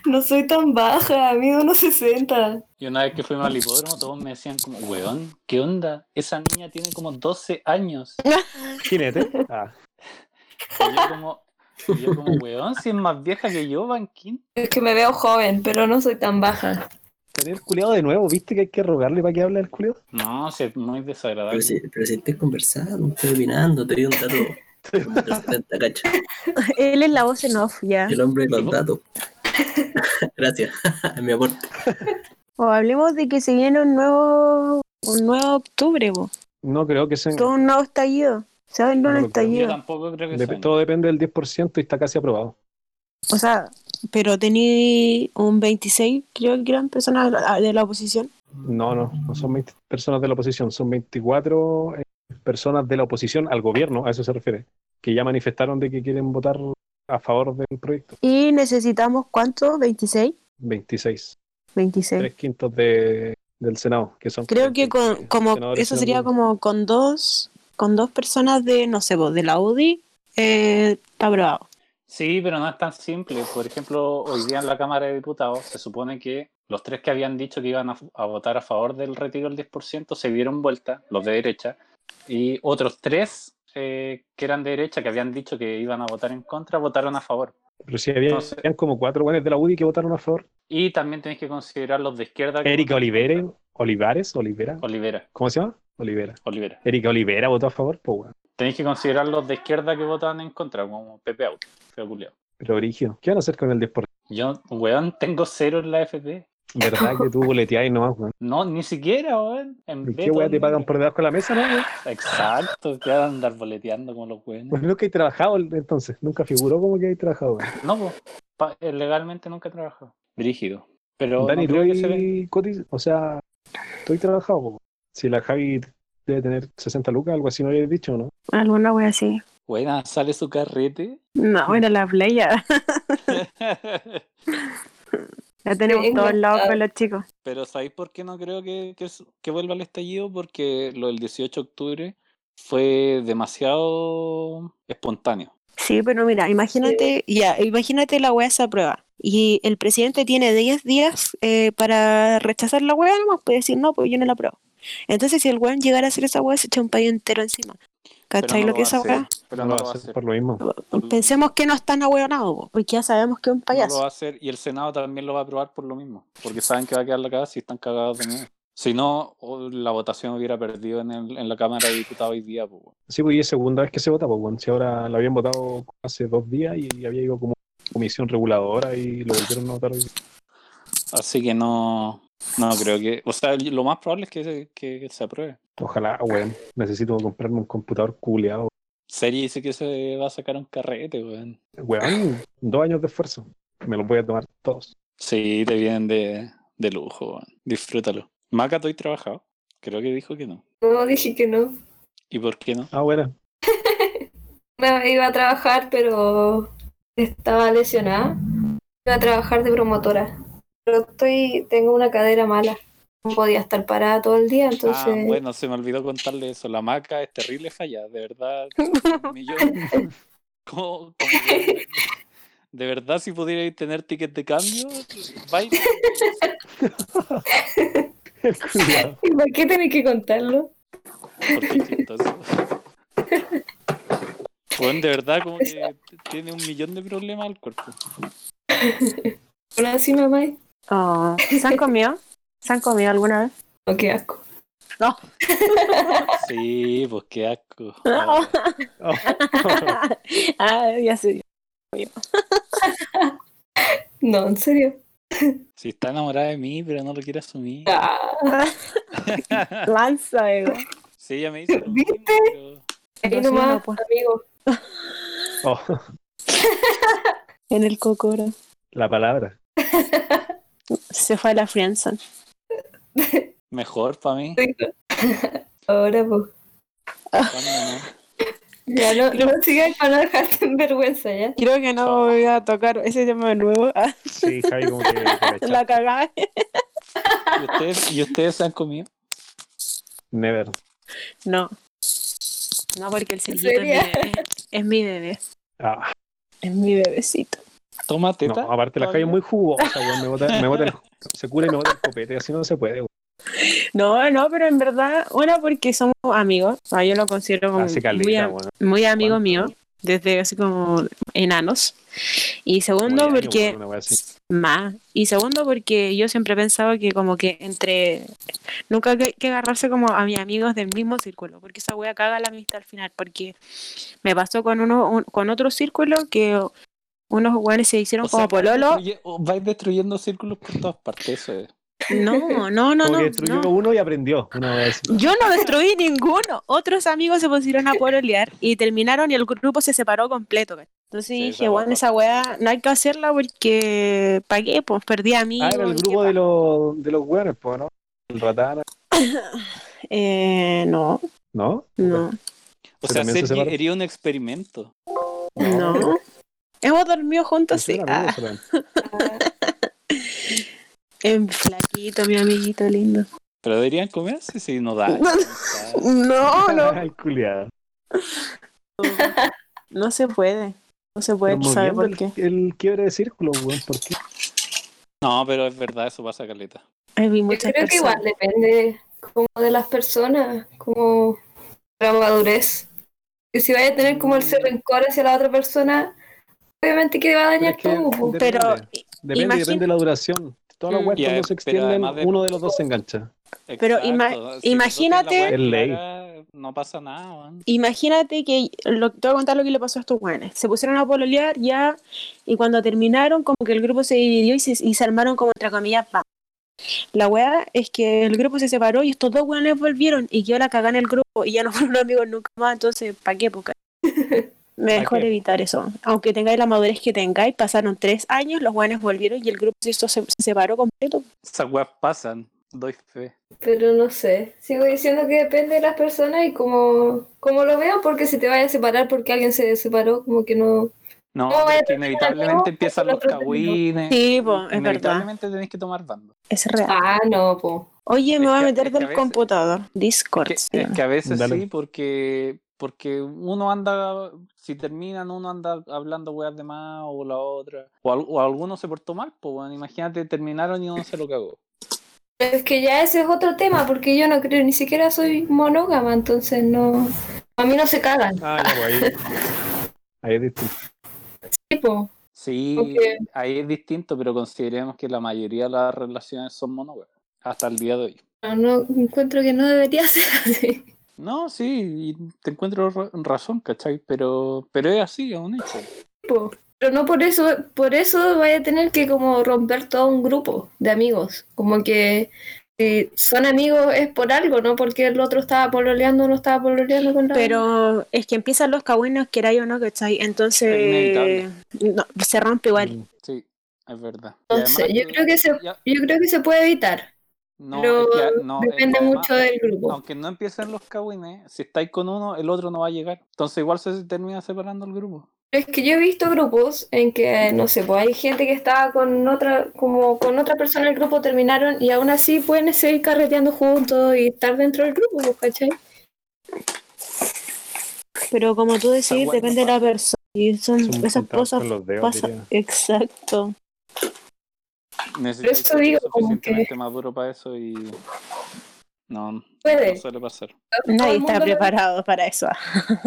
D: No soy tan baja, mido unos 60.
A: Y una vez que fuimos al hipódromo todos me decían como, weón, ¿qué onda? Esa niña tiene como 12 años.
B: Jinete. Ah,
A: Y yo como, y yo como weón, si es más vieja que yo, Van Quinto".
D: Es que me veo joven, pero no soy tan baja.
B: salió el culeado de nuevo, ¿viste que hay que rogarle para que hable el culeado?
A: No, si es muy desagradable.
E: Pero si, pero si estoy conversando, estoy opinando, te doy un dato. como
D: [LAUGHS]
E: 370, cacha.
C: Él es la voz en off, ya.
E: El hombre de
A: ¿Y
E: los
A: vos?
E: datos. [LAUGHS] Gracias, [LAUGHS] mi aporte.
C: O hablemos de que se viene un nuevo, un nuevo octubre, po.
B: No creo que sea.
C: todo un nuevo estallido. Se va a venir
B: No
C: un
B: lo creo.
A: Yo
C: estallido.
A: tampoco creo que
B: Dep-
A: sea.
B: todo depende del 10% y está casi aprobado.
C: O sea, pero tení un 26, creo que eran personas de la, ah, de la oposición.
B: No, no, no son 20 personas de la oposición, son 24 eh, personas de la oposición al gobierno, a eso se refiere, que ya manifestaron de que quieren votar a favor del proyecto.
C: Y necesitamos, ¿cuánto? ¿26?
B: 26,
C: 26.
B: tres quintos de, del Senado, que son.
C: Creo que con,
B: 46
C: como,
B: senadores,
C: eso sería
B: senadores.
C: como con dos, con dos personas de, no sé, vos, de la UDI, eh, está aprobado.
A: Sí, pero no es tan simple. Por ejemplo, hoy día en la Cámara de Diputados se supone que los tres que habían dicho que iban a, a votar a favor del retiro del 10% se dieron vuelta, los de derecha, y otros tres eh, que eran de derecha, que habían dicho que iban a votar en contra, votaron a favor.
B: Pero si había,
A: No sé.
B: habían como cuatro buenos de la UDI que votaron a favor.
A: Y también tenéis que considerar los de izquierda. que
B: Erika
A: votaron en
B: Olivera,
A: contra.
B: Olivares, Olivera.
A: Olivera,
B: ¿Cómo se llama? Olivera.
A: Olivera.
B: Erika Olivera votó a favor, pues, weón.
A: Tenéis que considerar los de izquierda que votan en contra, como Pepe Auto, feo culiao.
B: Pero Brigio, ¿qué van a hacer con el 10%?
A: Yo, weón, tengo cero en la FP.
B: ¿Verdad que
C: [LAUGHS]
B: tú boleteáis nomás, weón?
A: No, ni siquiera, weón. En
B: ¿Y ¿Qué
A: Beto,
B: weá te
A: ni-
B: pagan por debajo de la mesa, no, weón?
A: Exacto, te van a andar boleteando como los
B: [LAUGHS]
A: weones.
B: Pues nunca he trabajado entonces, nunca figuró como que he trabajado, weón.
A: No, po, pa- eh, legalmente nunca he trabajado. Brígido. Pero no
B: Dani,
A: creo que
B: tú
A: se ve-
B: y Coti, o sea, estoy trabajado. po. Si la Javi debe tener 60 lucas, algo así me habías dicho, ¿no?
C: Alguna wea así.
A: Buena, sale su [LAUGHS] carrete.
C: No, era la playa. [LAUGHS] La tenemos
D: Sí,
C: todos lados
D: enganchado.
C: con los chicos.
A: Pero ¿sabéis por qué no creo que, que es- que vuelva el estallido? Porque lo del 18 de octubre fue demasiado espontáneo.
C: Sí, pero mira, imagínate, ya, imagínate la wea esa prueba. Y el presidente tiene 10 días eh, para rechazar la wea, nomás puede decir no, pues yo no la apruebo. Entonces, si el weón llegara a hacer esa wea, se echa un país entero encima.
A: Pero
C: ¿Cachai
A: no
C: lo que
A: va
C: es
A: a
C: esa
A: hacer,
C: wea?
A: Pero
B: No lo va a hacer por lo mismo.
C: Pensemos que no están ahueonados, po, porque ya sabemos que es un
A: No lo
C: payaso.
A: va a hacer y el Senado también lo va a aprobar por lo mismo, porque saben que va a quedar la cagada si están cagados de miedo. Si no, o la votación hubiera perdido en, el- en la Cámara de Diputados hoy día. pues, weón.
B: Sí, pues y es segunda vez que se vota, pues, weón. Si ahora la habían votado hace dos días y había ido como comisión reguladora y lo volvieron a votar hoy.
A: Así que no, no creo que... O sea, lo más probable es que se, que se apruebe.
B: Ojalá, weón. Necesito comprarme un computador culeado.
A: Serie dice que se va a sacar un carrete, weón.
B: Weón, dos años de esfuerzo. Me los voy a tomar todos.
A: Sí, te vienen de, de lujo, weón. Disfrútalo. Maca, estoy trabajado. Creo que dijo que no.
D: No, dije que no.
A: ¿Y por qué no?
B: Ah, bueno.
D: No, iba a trabajar, pero estaba lesionada. Iba a trabajar de promotora. Pero estoy, tengo una cadera mala. No podía estar parada todo el día, entonces.
A: Ah, bueno, se me olvidó contarle eso. La maca es terrible falla, de
D: [LAUGHS]
A: verdad. un millón. Como- como que- de verdad, si pudierais tener tickets de cambio, vais.
B: [LAUGHS] El
C: [LAUGHS]
B: culiao.
D: [LAUGHS] ¿Y por qué tenés que contarlo?
A: Porque es chistoso. Bueno, de verdad, como que tiene un millón de problemas al cuerpo.
D: Bueno, así mamá.
C: Oh, ¿Se han comido? ¿Se han comido alguna vez?
D: Oh, qué asco.
A: Sí, pues qué
D: [LAUGHS]
A: asco.
C: [LAUGHS] ah, ya sé.
D: No, en serio.
A: Si está enamorada de mí, pero no lo quiere asumir.
D: Ah,
C: Lanza, [LAUGHS] ego.
A: Sí, ella me dice. lo
D: ¿Viste?
A: mismo, pero-
D: ahí
C: Lo
D: nomás,
C: siento, pues.
D: amigo.
B: Oh,
C: En el cocoro.
B: la palabra.
C: Se fue a la friendzone.
A: Mejor para mí.
C: pues.
D: [LAUGHS] Ahora, pues.
A: ¿Cuándo no?
D: Ya no, no sigas para no dejarte en vergüenza, [LAUGHS] ¿ya?
C: Creo que no voy a tocar ese tema de nuevo. [LAUGHS] Ah,
B: Sí, Javi, como que. te cachaste.
C: La cagada.
A: ¿Y ustedes, ¿Y ustedes se han comido?
B: Never.
C: No. No, porque el
D: ¿En
C: cerillito es mi
D: serio?
C: bebé. Es mi bebé.
B: Ah.
C: Es mi bebecito.
A: Toma
B: No,
A: teta.
B: aparte la calle es muy jugosa, weón. Me bota, me bota el- se cura y me bota el copete, así no se puede, weón.
C: No, no, pero en verdad, una porque somos amigos. O sea, yo lo considero como
B: Hace caleta,
C: muy, am-
B: weón.
C: muy amigo
B: ¿Cuánto?
C: mío, desde así como enanos. Y
B: Como
C: segundo,
B: 10 años,
C: porque
B: weón, una weá así.
C: más. Y segundo, porque yo siempre he pensado que como que entre... Nunca hay que agarrarse como a mis amigos del mismo círculo, porque esa wea caga la amistad al final, porque me pasó con uno un- con otro círculo que unos weones se hicieron
A: O
C: como
A: sea,
C: pololo.
A: destruye- o vais destruyendo círculos por todas partes, eh. eso es.
C: No, no, no,
B: Como
C: no.
B: que destruyó
C: no.
B: uno y aprendió, una weá así.
C: Yo no destruí ninguno. Otros amigos se pusieron a pololear y terminaron y el grupo se separó completo. ¿cachai? Entonces
A: Sí,
C: dije,
A: esa
C: bueno,
A: wea
C: esa weá no hay que hacerla porque pagué, pues perdí amigos.
B: Ah, era el
C: ¿qué
B: grupo
C: pa-
B: de los, de los weones, pues, ¿no? El ratana,
C: [LAUGHS] Eh, no,
B: ¿no?
C: no.
A: O
B: Pero
A: sea,
B: también se
A: Sergi
B: separó.
A: sería un experimento.
C: No. Hemos dormido juntos, sí.
B: Eran
C: Ah,
B: amigos, eran.
C: [LAUGHS]
D: Ah,
C: en flaquito, mi amiguito lindo.
A: Pero deberían comerse si no da.
B: Ah,
C: No. [LAUGHS] No, no.
B: [LAUGHS] Ay, culiada.
C: No se puede. No se puede
B: Estamos
C: saber Pues, por
B: viendo
C: qué.
B: el, el quiebre de círculo, weón. ¿Por qué?
A: No, pero es verdad, eso pasa, Carlita.
C: Hay
D: Yo
C: muchas
D: creo que igual depende como de las personas, como la madurez. Que si vaya a tener como ese rencor hacia la otra persona, obviamente que va a dañar
B: Pero es que
D: todo. po.
B: de-
C: Pero
B: Depende,
C: Imagina-
B: depende de la duración. Todas las
D: Mm.
B: weas
A: Ya,
B: cuando
A: pero
B: se extienden,
A: además de-
B: uno de los dos se engancha.
C: Pero ima-
A: Exacto,
C: imagínate-
A: tú tienes la
B: Es ley.
A: weá clara, No pasa nada, weón.
C: imagínate que lo, te voy a contar lo que le pasó a estos guanes. Se pusieron a pololear ya y cuando terminaron como que el grupo se dividió y se, y se armaron como entre comillas pa. La weá es que el grupo se separó y estos dos guanes volvieron y quedó la cagada en el grupo y ya no [LAUGHS] fueron amigos nunca más, entonces ¿para qué?
A: [LAUGHS]
C: Poca? Mejor
B: ¿Pa qué?
C: evitar eso. Aunque tengáis la madurez que tengáis, pasaron tres años, los guanes volvieron y el grupo se, hizo- se- se separó completo.
A: Esas weas pasan, doy fe.
D: Pero no sé, sigo diciendo que depende de las personas y como, como lo vean, porque si te vaya a separar porque alguien se separó, como que no...
A: No,
D: No,
A: pero es
D: bueno,
A: que inevitablemente
D: no,
A: empiezan
D: no,
A: los
D: no, no.
A: cagüines.
C: Sí, po, es verdad.
A: Inevitablemente tenés que tomar bando.
C: Es real.
D: Ah, no, po.
C: Oye, me
A: es
C: voy a
A: que-
C: meter
A: es que a
C: del
A: veces-
C: computador. Discord.
A: Que- eh,
C: sí.
A: es que a veces
B: Dale.
A: sí, porque, porque uno anda, si terminan, uno anda hablando weas de más o la otra. O, al- o alguno se portó mal, pues weón, imagínate, terminaron y uno se lo cagó.
D: Pero es que ya ese es otro tema, porque yo no creo, ni siquiera soy monógama, entonces no... A mí no se cagan,
B: Ah, ya, pues ahí. Ahí es distinto.
D: tipo.
A: Sí,
D: Ok.
A: ahí es distinto, pero consideremos que la mayoría de las relaciones son monogas, hasta el día de hoy.
D: No, no encuentro que no debería [LAUGHS] ser así.
A: No, sí, y te encuentro ra- razón, ¿cachai? Pero, pero es así, es un hecho.
D: tipo. Pero no por eso, por eso vaya a tener que como romper todo un grupo de amigos. Como que si son amigos es por algo, no porque el otro estaba pololeando o no estaba pololeando con la
C: Pero es que empiezan los cagüinos, queráis o no, ¿cachai?
A: Es
C: Entonces
A: inevitable.
C: no, se
B: Mm.
C: rompe igual.
A: Sí, es verdad. Y
D: Entonces,
A: además
D: yo creo que se-
A: ya-
D: Yo creo que se puede evitar.
A: no,
D: pero
A: es que a- no, es que
D: Depende
A: además,
D: mucho del grupo.
A: Aunque no empiecen los cagüines, si estáis con uno, el otro no va a llegar. Entonces igual se termina separando el grupo.
D: Pero es que yo he visto grupos en que, no sé, pues hay gente que estaba con otra, como con otra persona del grupo terminaron y aún así pueden seguir carreteando juntos y estar dentro del grupo, pues, ¿cachai?
C: Pero como tú decís,
A: bueno,
C: depende de la persona. Y son
B: Es un
C: esas
B: puntazo
C: cosas
B: con los dedos,
C: pasan.
B: diría.
C: Exacto.
A: Necesitáis
D: eso
A: ser
D: digo, como que-
A: suficientemente maduro para eso y no, no
D: Puede.
A: suele pasar.
D: Todo
C: Nadie
D: el
C: está
D: mundo lo-
C: preparado para eso.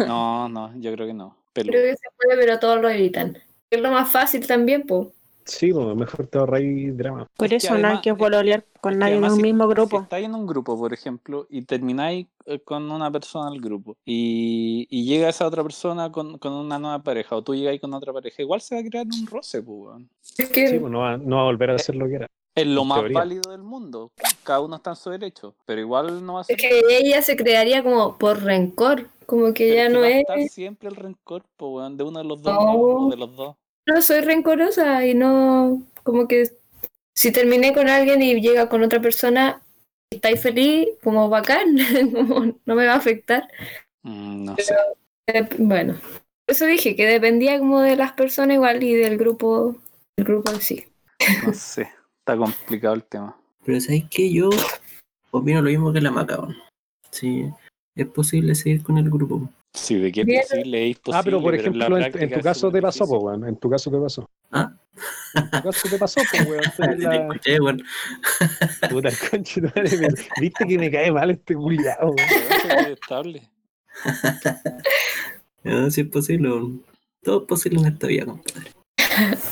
A: No, no, yo creo que no. Pero
D: Creo que se puede, pero todos lo evitan. Es lo más fácil también, po.
B: Sí, pues mejor te ahorráis drama.
C: Por
A: Es que
C: eso no hay
A: además-
C: que
A: es-
C: pololear con nadie en
A: además
C: un
A: si-
C: mismo
A: Si
C: grupo.
A: estáis en un grupo, por ejemplo, y termináis eh, con una persona del grupo y, y llega esa otra persona con, con una nueva pareja o tú llegáis con otra pareja, igual se va a crear un roce, pues, weón.
D: Es que
B: Sí, pues no va, no va a
A: Eh,
B: volver a ser lo que era.
A: Es lo
B: En
A: más
B: teoría.
A: válido del mundo. Cada uno está en su derecho, pero igual no va a ser.
D: Es que ella se crearía como por rencor, como que
A: pero
D: ya
A: es que
D: no
A: va a
D: es,
A: estar siempre el rencor, po, weón, de uno de los dos,
D: No.
A: o de los dos.
D: no soy rencorosa y no, como que si terminé con alguien y llega con otra persona, y estáis feliz, como bacán, [LAUGHS] como no me va a afectar.
A: Mm, no sé.
D: Eh, Bueno, por eso dije que dependía como de las personas igual y del grupo, el grupo en sí.
A: No sé, está complicado el tema.
E: Pero ¿sabéis que Yo opino lo mismo que la Maca, weón. Sí, es posible seguir con el grupo.
A: Sí, de qué
D: Bien.
A: es posible, es posible.
B: Ah, pero por
A: pues en la
B: ejemplo, en, en
A: práctica
B: tu
A: es
B: caso te pasó,
A: superdifícil.
B: pues, weón. En tu caso te pasó.
E: ¿Ah?
B: En tu caso te pasó, pues,
C: [LAUGHS]
B: weón. Tú
E: Ah,
B: eres
E: sí, te
B: la-
E: escuché, weón.
B: Puta, el conche tu madre, me- Viste que me cae mal este culiado, weón.
A: Pero eso es estable.
E: No, Eh, sí es posible, weón. Todo es posible en esta vida, compadre.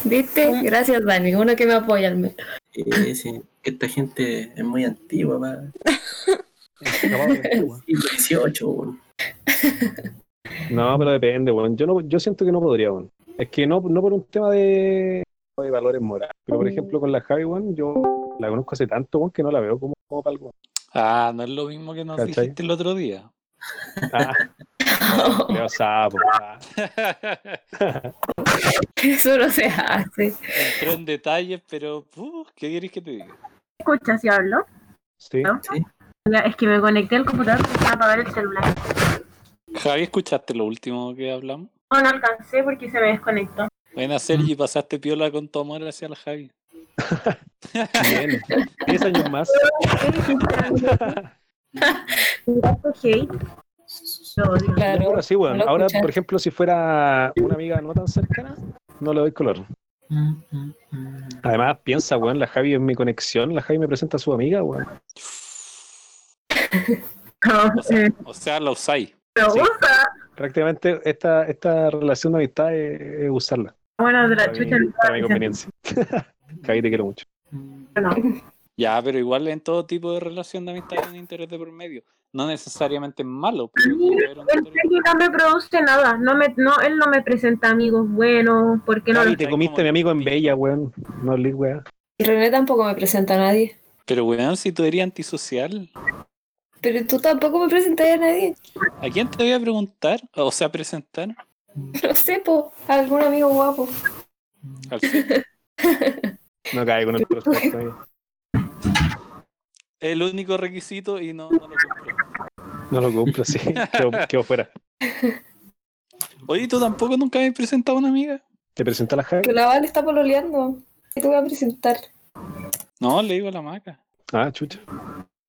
D: ¿Viste?
C: Mm.
D: Gracias, Dani, uno que me apoya al menos. [LAUGHS]
E: Eh, sí, que esta gente es muy antigua, va.
B: Acabado de tú, weón.
E: Siglo XVIII, weón.
B: No, pero depende, weón. Yo, no, yo siento que no podría, weón. Es que no, no por un tema de, de valores morales. Pero, por ejemplo, con la Javi, weón, yo la conozco hace tanto, weón, que no la veo como, como para algo.
A: Ah, no es lo mismo que nos
B: ¿Cachai?
A: dijiste el otro día.
D: [LAUGHS]
B: Ah, leo sapo. ah.
A: Entró
D: [LAUGHS] Eso no se hace.
A: en detalles, pero uh, ¿qué querés que te diga?
C: Escucha, si hablo.
B: Sí.
C: es que me conecté al computador para apagar el celular.
A: Javi, ¿escuchaste lo último que hablamos?
C: No, no alcancé porque se me desconectó.
A: Ven a
B: Mm.
A: Sergi, pasaste piola con tu amor hacia la Javi.
B: Bien. 10 años más.
C: ¿Qué hate?
D: lo odio.
B: Yo
D: Claro.
B: fuera así, weón.
D: no lo
B: Ahora,
D: escuchas.
B: por ejemplo, si fuera una amiga no tan cercana, no le doy color.
E: Mm, mm, mm.
B: Además, piensa, weón, la Javi es mi conexión, la Javi me presenta a su amiga, weón.
D: Mm.
A: O sea, o sea, la usáis. sí.
B: Prácticamente esta, esta relación de amistad es, es usarla.
F: Bueno, de la
B: para mi-
F: chucha. le
B: para mi
F: estaba
B: conveniencia. [LAUGHS] Javi, te quiero mucho.
E: 嗯
F: diciendo, no.
A: Ya, pero igual en todo tipo de relación de amistad hay un interés de por medio. No necesariamente malo, pero
F: mí,
A: puede haber un
F: Él
A: interés.
F: no me produce nada. No me, no, él no me presenta amigos buenos. porque no?
B: Javi,
A: lo-
B: te comiste a mi amigo en Bella, weón. No leí, weón.
D: Y René tampoco me presenta a nadie.
A: Pero weón, si tú eres antisocial,
D: Pero tú tampoco me presentas a nadie. [LAUGHS]
A: ¿a quién te voy a preguntar? O sea, presentar.
D: No sé, po, a algún amigo guapo.
A: Al fin.
B: No cae
F: [LAUGHS]
B: con el prospecto ahí.
A: El único requisito y no, no lo cumplo.
B: No lo cumplo, sí. Quedo, quedo fuera.
A: Oye, ¿tú tampoco nunca me has presentado a una amiga?
B: ¿Te presenta la Javi?
D: Que la Val está pololeando. ¿Qué te voy a presentar?
A: No, le digo a la maca.
B: Ah, chucha.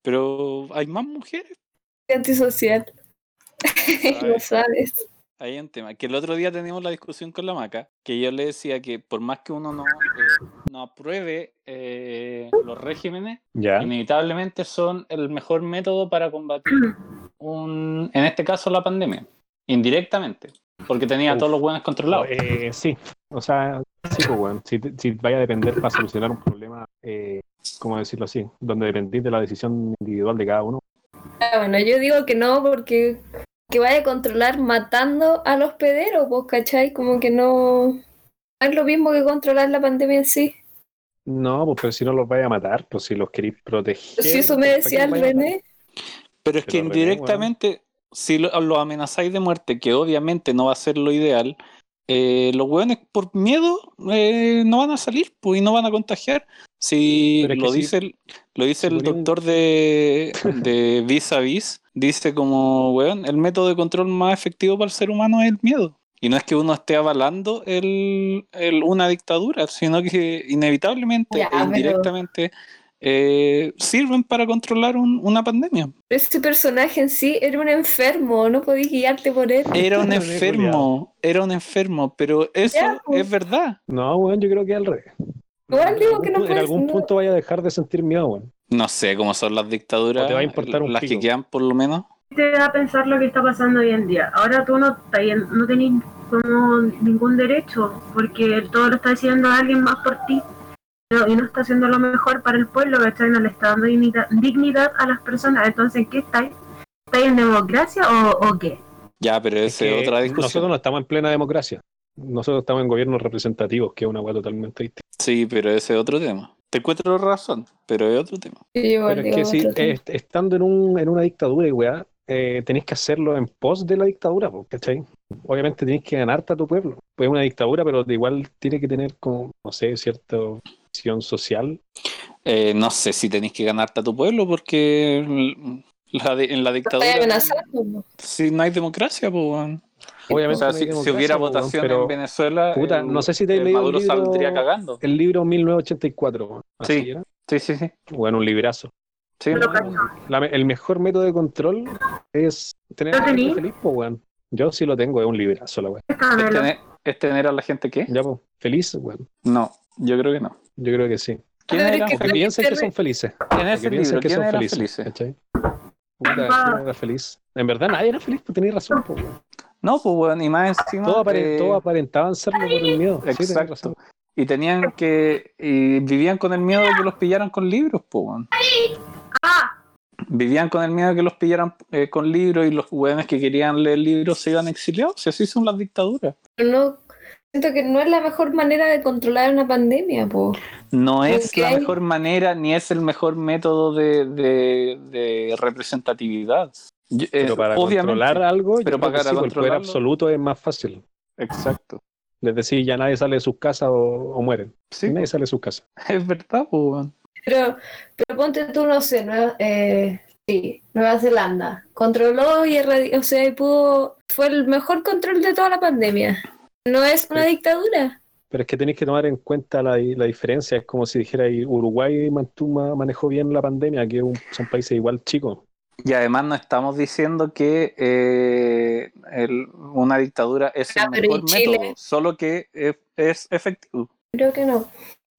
A: Pero hay más mujeres.
D: Qué Antisocial. [LAUGHS] Lo
A: ¿sabes?
D: sabes.
A: Hay un tema. Que el otro día teníamos la discusión con la maca, que yo le decía que por más que uno no, eh, no apruebe eh, los regímenes,
B: Ya.
A: inevitablemente son el mejor método para combatir un, en este caso la pandemia, indirectamente, porque tenía a todos los buenos controlados.
B: Eh, sí, o sea, sí, pues, weón. Si, te- si vaya a depender para solucionar un problema, eh, ¿cómo decirlo así? Donde dependís de la decisión individual de cada uno.
D: Ah, bueno, yo digo que no porque que vaya a controlar matando al hospedero, pues, ¿cachai? Como que no... no Es lo mismo que controlar la pandemia en sí.
B: No, pues pero si no los vaya a matar, pues si los queréis proteger.
D: Si eso
B: pues, ¿para
D: me
B: qué
D: decía el
B: los vaya a matar?
D: René,
A: Pero es que
B: Pero re bien,
A: indirectamente, si lo, lo amenazáis de muerte, que obviamente no va a ser lo ideal, eh, los hueones por miedo eh, no van a salir pues, y no van a contagiar. Si
B: Pero es que
A: lo
B: si-
A: dice, el, lo dice
B: si
A: el
B: ponían-
A: doctor de,
B: [COUGHS]
A: de Vis a Vis, dice como, weón, el método de control más efectivo para el ser humano es el miedo. Y no es que uno esté avalando el, el- una dictadura, sino que inevitablemente
D: Ya,
A: e
D: pero-
A: indirectamente eh, sirven para controlar un- una pandemia.
D: ese personaje en sí era un enfermo, no podía guiarte por él.
A: Era un
B: Re
A: enfermo, era un enfermo, pero eso
D: Ya, pues.
A: es verdad.
B: No, weón, yo creo que al revés.
D: Igual digo que no
B: En
D: puedes-
B: algún
D: no-
B: punto vaya a dejar de sentir miedo, weón.
A: No sé cómo son las dictaduras,
B: O te va a importar un
A: las que
B: pico.
A: quedan por lo menos.
F: te da a pensar lo que está pasando hoy en día. Ahora tú no, estás en- no tenés como ningún derecho, porque todo lo está decidiendo alguien más por ti. Pero- y no está haciendo lo mejor para el pueblo, ¿cachai? No le está dando dignidad, dignidad a las personas. Entonces, ¿qué estáis? ¿Estáis en democracia o, o qué?
A: Ya, pero esa
B: que
A: es otra
B: Nosotros
A: discusión.
B: no estamos en plena democracia. Nosotros estamos en gobiernos representativos, que es una weá totalmente distinta.
A: Sí, pero ese es otro tema. Te encuentro razón, pero es otro tema.
D: Yo igual
B: Pero es
D: digo
B: que sí, eh,
D: otro tema.
B: est- estando en, un, en una dictadura y weá, eh, tenéis que hacerlo en pos de la dictadura, po, ¿cachai? Obviamente tenéis que ganarte a tu pueblo. Pues es una dictadura, pero de igual tiene que tener como, no sé, cierta acción social.
A: Eh, no sé si tenéis que ganarte a tu pueblo porque mm, la de- en la
D: Lo estoy
A: dictadura
D: amenazando. po.
A: si no hay democracia, pues. weón. O
B: Obviamente
A: sea,
B: no hay
A: si, si
B: democracia,
A: hubiera
B: po, weón,
A: votación
B: pero
A: en Venezuela,
B: Puta,
A: el-
B: no sé si te he
A: el
B: leído el
A: Maduro
B: libro-
A: saldría cagando.
B: El libro 1984, po, así
A: Sí.
B: era.
A: Sí, sí, sí.
B: Bueno, un librazo.
A: Sí,
F: Pero
A: no,
F: cacho.
B: La me- el mejor método de control es tener a
F: ¿Lo
B: la gente
F: tení?
B: feliz, po, weón. Yo sí lo tengo, es un librazo la weá.
A: es,
F: Dámelo.
A: tener, es tener a la gente que.
B: Ya, po, feliz, weón.
A: No, yo creo que no.
B: Yo creo que sí.
A: ¿Quién
D: Pero es
A: era?
D: que-
B: O que piensen que son felices.
A: En
B: Porque
A: ese
B: piensan
A: libro,
B: que
A: ¿quién
B: son
A: era
B: felices.
A: feliz?
B: ¿cachai? Puta,
F: Ah.
B: ¿quién era feliz? En verdad nadie era feliz, pues tenías razón. po, weón.
A: No, pues bueno, y más encima.
B: Todos apare-
A: eh,
B: todos aparentaban serlo por el miedo. Sí, tenías razón.
A: Exacto. Eh, Y tenían que. Y vivían con el miedo de que los pillaran con libros, pues bueno.
F: Ah,
A: Vivían con el miedo de que los pillaran eh, con libros y los jóvenes que querían leer libros se iban exiliados. Si así son las dictaduras.
D: Pero no, siento que no es la mejor manera de controlar una pandemia, po.
A: No es
D: Ok.
A: la mejor manera ni es el mejor método de, de- de representatividad. Yo- eh,
B: Pero para
A: obviamente,
B: controlar algo, yo
A: Pero
B: creo que
A: para
B: sí, por el poder
A: controlarlo-
B: absoluto es más fácil.
A: Exacto.
B: Les decir, ya nadie sale de sus casas o, o mueren.
A: Sí,
B: nadie sale de sus casas.
A: es verdad, pues bueno.
D: Pero, pero ponte tú, no sé, Nueva, eh, sí, Nueva Zelanda. Controló y erradicó, o sea, y pudo, fue el mejor control de toda la pandemia. No es una
B: Sí.
D: dictadura.
B: Pero es que tenéis que tomar en cuenta la, di- la diferencia. Es como si dijera, "Y Uruguay mantuvo- ma- manejó bien la pandemia, que es un- son países igual chicos.
A: Y además no estamos diciendo que eh, el- una dictadura es
D: Ah,
A: el
D: pero
A: mejor
D: en Chile-
A: método, solo que es, es efectivo.
D: Creo que no.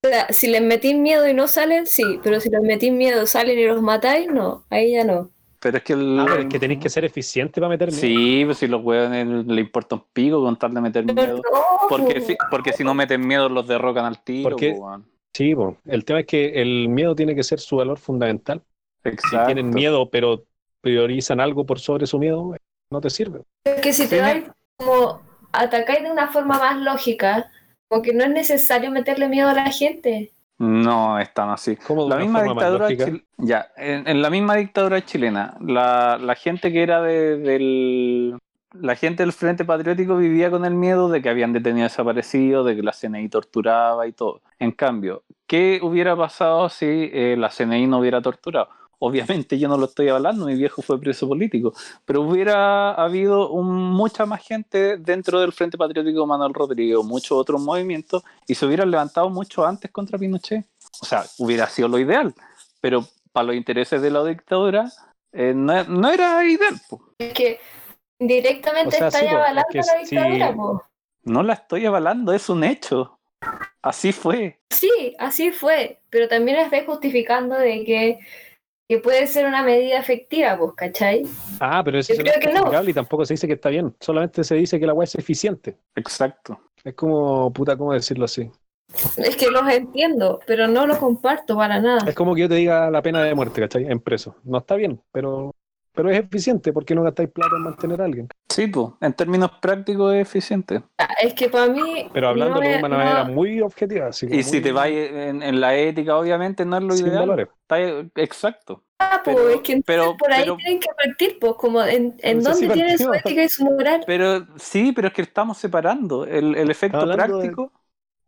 D: O sea, si les metís miedo y no salen, sí, pero si les metís miedo, salen y los matáis, no, ahí ya no.
A: Pero es que, el-
B: Ah, pero es que tenéis que ser eficiente para meter miedo.
A: Sí, pues si los hueones le importa un pico con tal de meter
D: Pero
A: miedo.
D: no, pues.
A: Porque
D: po.
A: si, porque si no meten miedo los derrocan al tiro.
B: Porque-
A: po, weón.
B: Sí, po. el tema es que el miedo tiene que ser su valor fundamental. Si
A: Exacto.
B: tienen miedo, pero priorizan algo por sobre su miedo, no te sirve.
D: Es que si te vais como atacáis de una forma más lógica, como que no es necesario meterle miedo a la gente.
A: No es tan así.
B: Como de
A: La
B: una
A: misma
B: forma más
A: dictadura
B: lógica.
A: chil- ya, en, en la misma dictadura chilena, la, la gente que era de- del la gente del Frente Patriótico vivía con el miedo de que habían detenido desaparecidos, de que la CNI torturaba y todo. En cambio, ¿qué hubiera pasado si eh, la CNI no hubiera torturado? Obviamente yo no lo estoy hablando, mi viejo fue preso político, pero hubiera habido un- mucha más gente dentro del Frente Patriótico Manuel Rodríguez, o muchos otros movimientos, y se hubieran levantado mucho antes contra Pinochet. O sea, hubiera sido lo ideal, pero para los intereses de la dictadura eh, no, no era ideal. po.
D: Es que directamente
B: O sea,
D: estáis
B: sí, po, es
D: avalando
B: que
D: la
B: sí.
D: dictadura, po.
A: No la estoy avalando, es un hecho. Así fue.
D: Sí, así fue, pero también la estáis justificando de que, que puede ser una medida efectiva, pues, ¿cachai?
B: Ah, pero eso
D: Yo
B: no es
D: creo que no.
B: justificable y tampoco se dice que está bien. Solamente se dice que la weá es eficiente.
A: Exacto.
B: Es como, puta, ¿cómo decirlo así?
D: Es que los entiendo, pero no lo comparto para nada.
B: Es como que yo te diga la pena de muerte, ¿cachai? En preso. No está bien, pero, pero es eficiente porque no gastáis plata en mantener a alguien.
A: Sí, po, en términos prácticos es eficiente.
D: Ah, Es que para mí.
B: Pero hablándolo
D: no me-
B: de una
D: no-
B: manera muy objetiva. Así como
A: Y si
B: muy-
A: te vas en, en la ética, obviamente no es lo
B: sin
A: ideal.
B: valores.
A: Está- exacto.
D: Ah, pues,
A: pero-
D: es que entonces
A: pero-
D: por ahí
A: pero-
D: tienen que partir, pues, como en, en
B: Entonces
D: dónde
B: sí
D: tienen su
B: partimos.
D: ética y su moral.
A: Pero sí, pero es que estamos separando el, el efecto
B: Hablando de-
A: práctico.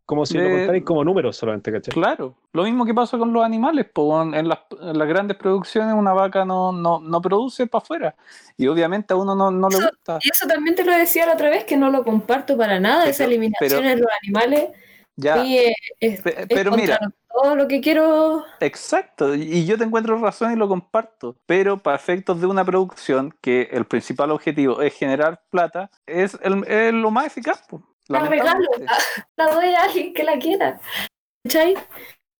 B: Como si
A: de-
B: lo contarais como números solamente, ¿cachai?
A: Claro, lo mismo que pasa con los animales, po, en, en las, en las grandes producciones una vaca no, no, no produce para afuera y obviamente a uno no, no le
D: Eso-
A: gusta.
D: Y eso también te lo decía la otra vez, que no lo comparto para nada, esa
A: Pero-
D: eliminación
A: pero-
D: de los animales.
A: Ya,
D: y, eh, es-
A: pe-
D: es
A: pero
D: contra
A: mira,
D: todo lo que quiero.
A: exacto, y yo te encuentro razón y lo comparto, pero para efectos de una producción que el principal objetivo es generar plata, es, el- es lo más eficaz. po,
D: La regalo.
A: lamentablemente.
D: La doy a alguien que la quiera. ¿Cachai?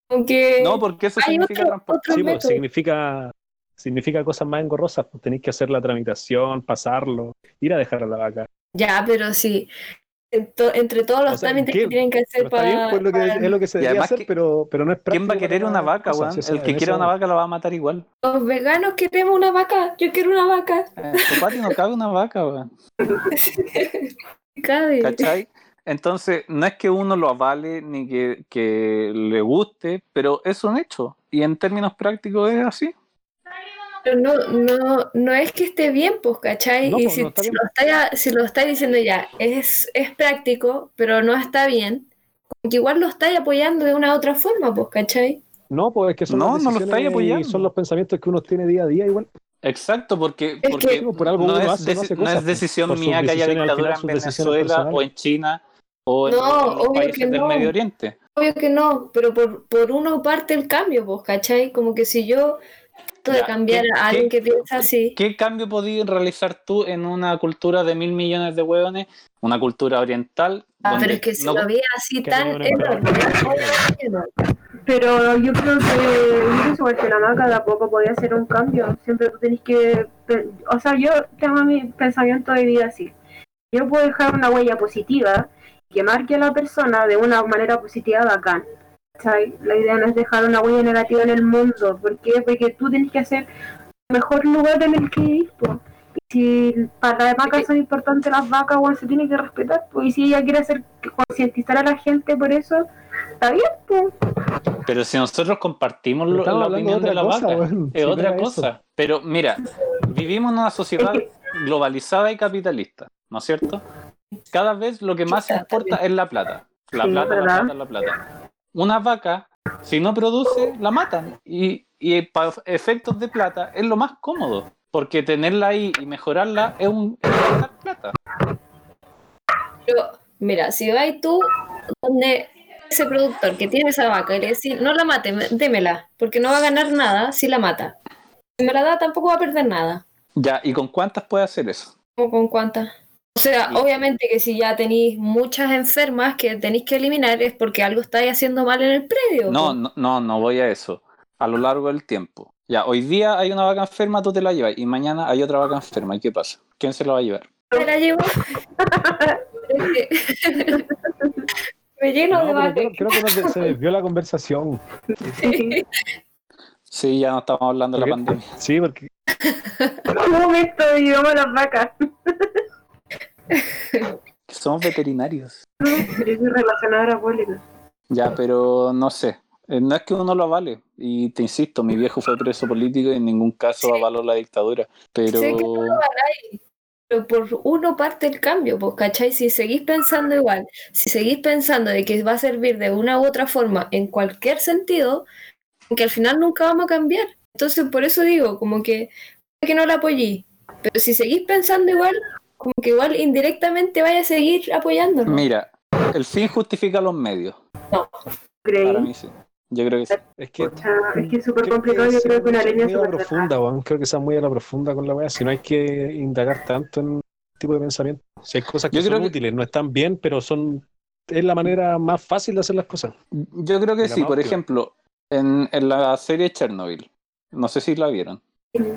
D: Aunque
B: pues.
A: No, porque eso
D: ah, eh, hay
A: significa
D: otro,
A: transporte.
D: otro
B: Sí, pues,
D: método.
B: significa, significa cosas más engorrosas. pues, Tenéis que hacer la tramitación, pasarlo, ir a dejar a la vaca.
D: Ya, pero sí. Ento- entre todos los
B: O sea,
D: trámites
B: ¿qué?
D: que tienen que
B: Pero
D: hacer
B: está bien,
D: para.
B: pues, lo que, es lo que se
A: Y
B: debería
A: además
B: hacer,
A: que-
B: pero, pero no es práctico.
A: ¿Quién va a querer
B: para
A: una vaca,
B: cosas,
A: weón?
B: eso-
A: El que
B: en
A: quiera
B: eso-
A: una vaca la va a matar igual.
D: Los veganos queremos una vaca. Yo quiero una vaca. [LAUGHS]
A: En Eh, tu patio no cabe una vaca, weón.
D: Cabe.
A: ¿Cachai? Entonces, no es que uno lo avale ni que, que le guste, pero es un hecho. Y en términos prácticos es así.
D: Pero no, no, no es que esté bien, pues, ¿cachai?
B: No,
D: y
B: pues,
D: si,
B: no está
D: si
B: bien.
D: lo está, si lo está diciendo ya, es, es práctico, pero no está bien, como que igual lo estáis apoyando de una u otra forma, pues, ¿cachai?
B: No, pues es que son
A: No,
B: las
A: no lo estáis
B: decisiones
A: apoyando.
B: y son los pensamientos que uno tiene día a día igual.
A: Exacto, porque,
D: que-
A: porque
B: Por algo
A: no,
B: uno
A: es
B: hace, no
A: deci-
B: hace
A: no
B: cosas,
A: es decisión
B: por sus
A: mía que haya
B: decisiones, al
A: dictadura
B: final
A: en
B: son decisiones
A: Venezuela o
B: personales.
A: en China o en
D: No,
A: los
D: obvio que
A: países del
D: no.
A: Medio Oriente.
D: Obvio que no, pero por, por uno parte el cambio, pues, ¿cachai? Como que si yo trato
A: Ya,
D: de cambiar
A: ¿qué-
D: a alguien
A: qué-
D: que piensa así,
A: ¿Qué cambio podías realizar tú en una cultura de mil millones de hueones? Una cultura oriental.
D: ah,
A: donde
D: pero es que si
A: no-
D: lo veía así
B: que
D: tan
B: no era
D: enorme,
B: verdad.
D: obviamente no.
F: Pero yo creo que incluso porque la maca de a poco podía hacer un cambio. Siempre tú tenés que. pe- O sea, yo tengo mi pensamiento de vida así. Yo puedo dejar una huella positiva que marque a la persona de una manera positiva bacán. ¿cachai? La idea no es dejar una huella negativa en el mundo. ¿Por qué? Porque tú tenés que hacer el mejor lugar en el que vivís. po. Y si para las vacas son importantes las vacas, bueno, se tiene que respetar. po. Y si ella quiere hacer concientizar a la gente por eso, está bien. po.
A: Pero si nosotros compartimos lo-
B: Estamos
A: la
B: hablando de
A: opinión de, la
B: otra cosa,
A: vaca,
B: weón.
A: es
B: Si no
A: otra
B: era eso.
A: cosa. Pero mira, vivimos en una sociedad globalizada y capitalista, ¿no es cierto? Cada vez lo que más
D: Chuta,
A: importa es la plata. La plata,
F: Sí,
A: la
F: ¿verdad?
A: plata, la plata. Una vaca, si no produce, la matan. Y, y para efectos de plata es lo más cómodo. Porque tenerla ahí y mejorarla es un es gastar plata.
D: Pero, mira, si vas tú donde ese productor que tiene esa vaca y le decís, no la mate, me- démela, porque no va a ganar nada si la mata. Si me la da, tampoco va a perder nada.
A: Ya, ¿y con cuántas puede hacer eso?
D: ¿Cómo con cuántas? O sea,
A: Sí.
D: obviamente que si ya tenéis muchas enfermas que tenéis que eliminar es porque algo estáis haciendo mal en el predio.
A: No,
D: po.
A: no, no, no voy a eso. A lo largo del tiempo. Ya, hoy día hay una vaca enferma, tú te la llevas. Y mañana hay otra vaca enferma. ¿Y qué pasa? ¿Quién se la va a llevar?
D: pues, Me la
B: [LAUGHS]
D: llevo. [LAUGHS] Es que- me lleno de
B: No, pero
D: vaca.
B: creo, creo que nos-
F: [LAUGHS]
B: se desvió la conversación.
A: Sí, ya no estamos hablando de la
B: Ok.
A: pandemia. [LAUGHS]
B: Sí, porque
F: Un momento, digamos las vacas. [LAUGHS]
A: Somos veterinarios.
F: Yo soy relacionadora pública.
A: Ya, pero no sé. Eh, No es que uno lo avale. Y te insisto, mi viejo fue preso político y en ningún caso avaló la dictadura. Pero
D: Sí, que no lo avaláis, pero por uno parte el cambio, pues, ¿cachai? Si seguís pensando igual, si seguís pensando de que va a servir de una u otra forma en cualquier sentido, que al final nunca vamos a cambiar. Entonces, por eso digo, como que, que no la apoyéis. Pero si seguís pensando igual, como que igual indirectamente vaya a seguir apoyándolo.
A: mira, el fin justifica los medios. Para
F: Creí.
A: mí sí. Yo creo que sí.
B: es que
F: O sea, es que es súper
B: creo
F: complicado. Yo
B: sí,
F: creo que una
B: sí,
F: leña
B: muy a la
F: súper
B: profunda, weón. Creo que sea muy a la profunda con la weá. Si no hay que indagar tanto en tipo de pensamiento. Si hay cosas que
A: Yo
B: son
A: creo que-
B: útiles, no están bien, pero son es la manera más fácil de hacer las cosas.
A: Yo creo que
B: De la
A: sí, por
B: mafia.
A: ejemplo, en, en la serie Chernobyl, no sé si la vieron,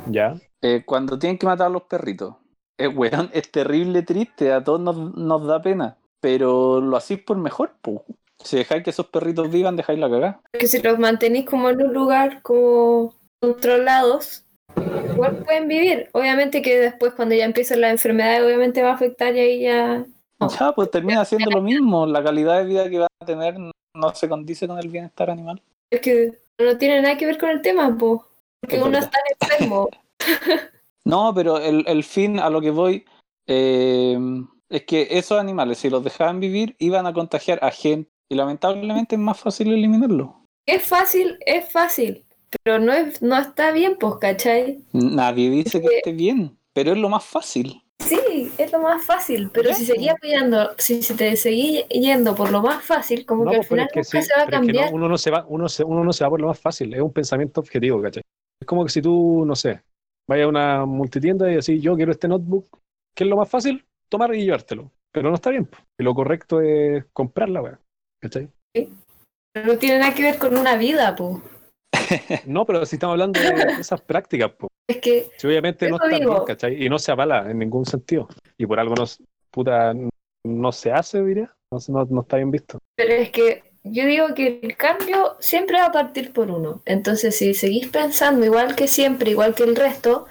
B: Ya.
A: eh, cuando tienen que matar a los perritos, eh, weón, es terrible, triste, a todos nos, nos da pena, pero lo hacís por mejor, po. Si dejáis que esos perritos vivan, dejáis la cagada.
D: que si los mantenéis como en un lugar como controlados, igual pueden vivir. Obviamente que después cuando ya empiezan las enfermedades, obviamente va a afectar y ahí ya... No.
A: Ya, pues termina haciendo lo mismo, la calidad de vida que van a tener no se condice con el bienestar animal.
D: Es que no tiene nada que ver con el tema, po. Porque
A: Es
D: uno
A: verdad.
D: está
B: [LAUGHS]
D: enfermo.
A: No, pero el, el fin a lo que voy eh, es que esos animales, si los dejaban vivir, iban a contagiar a gente y lamentablemente es más fácil eliminarlo.
D: Es fácil, es fácil. Pero no, es, no está bien, pues, ¿cachai?
A: Nadie dice que
D: Eh,
A: esté bien, pero es lo más fácil.
D: Sí, es lo más fácil. Pero
A: Ya,
D: si
A: po.
D: seguía apoyando, si, si te seguí yendo por lo más fácil, como
B: No,
D: que al
B: pues, pero
D: final
B: es que
D: nunca
B: sí,
D: se va a
B: pero es que no,
D: cambiar.
B: uno, no se va, uno, se, uno no se va por lo más fácil, es un pensamiento objetivo, ¿cachai? Es como que si tú, no sé, vayas a una multitienda y decís, yo quiero este notebook, ¿qué es lo más fácil? Tomar y llevártelo. Pero no está bien, po. lo correcto es comprarla, weá, [LAUGHS] ¿cachai?
D: Pero no tiene nada que ver con una vida, pues.
B: No, pero si estamos hablando de esas prácticas, po.
D: Es que
B: Si obviamente
D: Yo
B: no
D: lo
B: está bien,
D: digo.
B: ¿cachai? Y no se avala en ningún sentido. Y por algo no, s- puta, no se hace, diría. No, se- no, no está bien visto.
D: Pero es que yo digo que el cambio siempre va a partir por uno. Entonces, si seguís pensando igual que siempre, igual que el resto,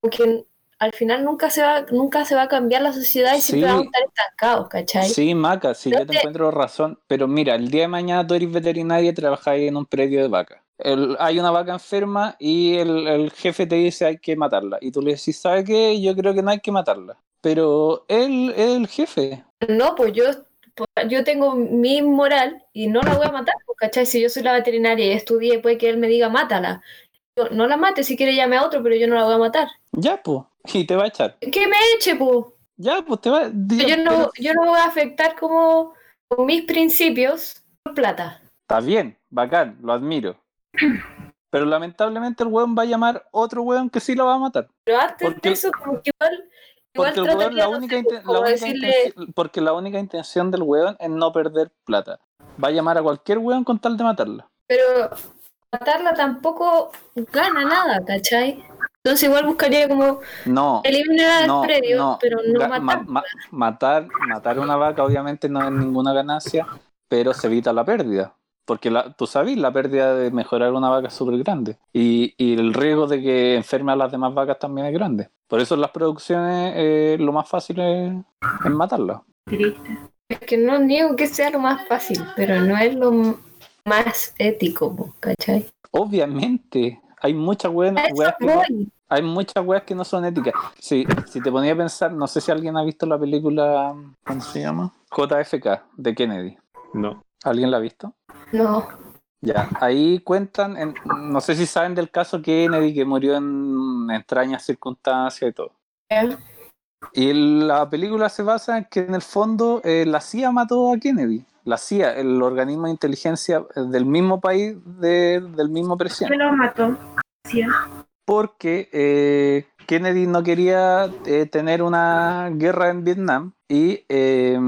D: porque al final nunca se va, nunca se va a cambiar la sociedad y
A: Sí.
D: siempre vamos a estar estancados, ¿cachai?
A: Sí, Maca, sí, yo te
D: Entonces-
A: encuentro razón, pero mira, el día de mañana tú eres veterinaria y trabajáis en un predio de vaca. El- hay una vaca enferma y el, el jefe te dice hay que matarla. Y tú le decís, ¿sabe qué? Yo creo que no hay que matarla. Pero él es el jefe.
D: No, pues yo, pues yo tengo mi moral y no la voy a matar, pues, ¿cachai? Si yo soy la veterinaria y estudié, puede que él me diga, mátala. Yo, no la mate, si quiere llame a otro, pero yo no la voy a matar.
A: Ya, pues. Y te va a echar.
D: Que me eche, pues.
A: Ya, pues te va.
D: Pero
A: ya,
D: Yo no,
A: pero-
D: yo no voy a afectar como con mis principios por plata.
A: Está bien, bacán, lo
D: [CLEARS THROAT]
A: admiro. Pero lamentablemente el weón va a llamar otro weón que sí la va a matar.
D: Pero antes
A: Porque-
D: de eso, como que igual, igual
A: Porque el weón,
D: trataría
A: la
D: de
A: única,
D: hacer,
A: inten- la
D: como
A: única
D: decirle,
A: intención, porque la única intención del weón es no perder plata. Va a llamar a cualquier weón con tal de matarla.
D: pero matarla tampoco gana nada, ¿cachai? Entonces igual buscaría como
A: No,
D: eliminar
A: no,
D: el predio,
A: no.
D: pero no
A: Ga-
D: matar.
A: ma- ma- matar, matar una vaca obviamente no es ninguna ganancia, pero se evita la pérdida. Porque la- tú sabes, la pérdida de mejorar una vaca es súper grande. Y, y el riesgo de que enferme a las demás vacas también es grande. Por eso en las producciones eh, lo más fácil es, es matarla.
F: triste.
D: Es que no niego que sea lo más fácil, pero no es lo m- más ético, po, ¿cachai?
A: Obviamente, hay muchas weas,
D: A eso
A: weas que-
D: voy.
A: Hay muchas weas que no son éticas. Si, si te ponía a pensar, no sé si alguien ha visto la película, ¿cómo se llama? JFK, de Kennedy.
B: No.
A: ¿Alguien la ha visto?
D: No,
A: Ya, ahí cuentan, en- no sé si saben del caso Kennedy que murió en extrañas circunstancias y todo.
D: ya,
A: Y la película se basa en que en el fondo eh, la CIA mató a Kennedy. La CIA, el organismo de inteligencia eh, del mismo país, de- del mismo
F: ¿Qué
A: presidente.
F: lo mató? Sí.
A: porque eh, Kennedy no quería eh, tener una guerra en Vietnam y eh,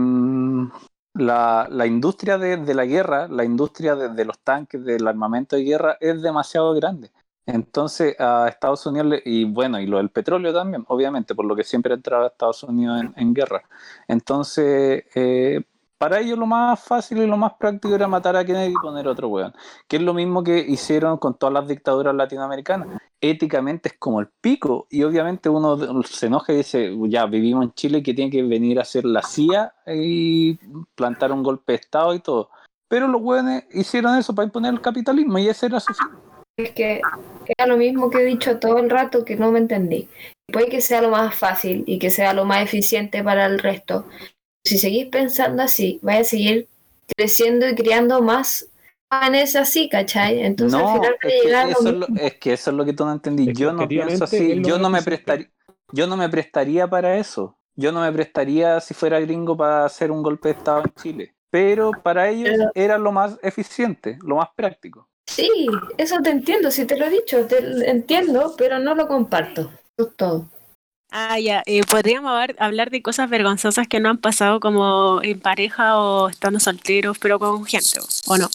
A: la, la industria de, de la guerra, la industria de, de los tanques, del armamento de guerra es demasiado grande. Entonces a Estados Unidos, le- y bueno, y lo del petróleo también, obviamente, por lo que siempre entraba Estados Unidos en, en guerra. Entonces, eh, para ellos lo más fácil y lo más práctico era matar a Kennedy y poner otro weón, que es lo mismo que hicieron con todas las dictaduras latinoamericanas. Éticamente es como el pico, y obviamente uno de- se enoja y dice, ya vivimos en Chile, que tiene que venir a hacer la CIA y plantar un golpe de Estado y todo. Pero los weones hicieron eso para imponer el capitalismo, y ese era su fin.
D: Es que era lo mismo que he dicho todo el rato que no me entendí. Puede que sea lo más fácil y que sea lo más eficiente para el resto. Si seguís pensando así, vais a seguir creciendo y creando más jóvenes así, ¿cachai? Entonces al final va a
A: es que,
D: llegar a lo
A: eso es,
D: mismo.
A: lo, es que eso es lo que tú no entendí.
B: Es
A: Yo no
B: objetivamente
A: pienso
B: es
A: así.
B: lo
A: Yo no, me
B: suficiente.
A: prestaría, yo no me prestaría para eso. Yo no me prestaría si fuera gringo para hacer un golpe de Estado en Chile. Pero para ellos
D: Pero-
A: era lo más eficiente, lo más práctico.
D: Sí, eso te entiendo, si te lo he dicho, te lo entiendo, pero no lo comparto. Eso es todo.
C: Ah, ya. eh, podríamos haber- hablar de cosas vergonzosas que no han pasado como en pareja o estando solteros, pero con gente, ¿o no?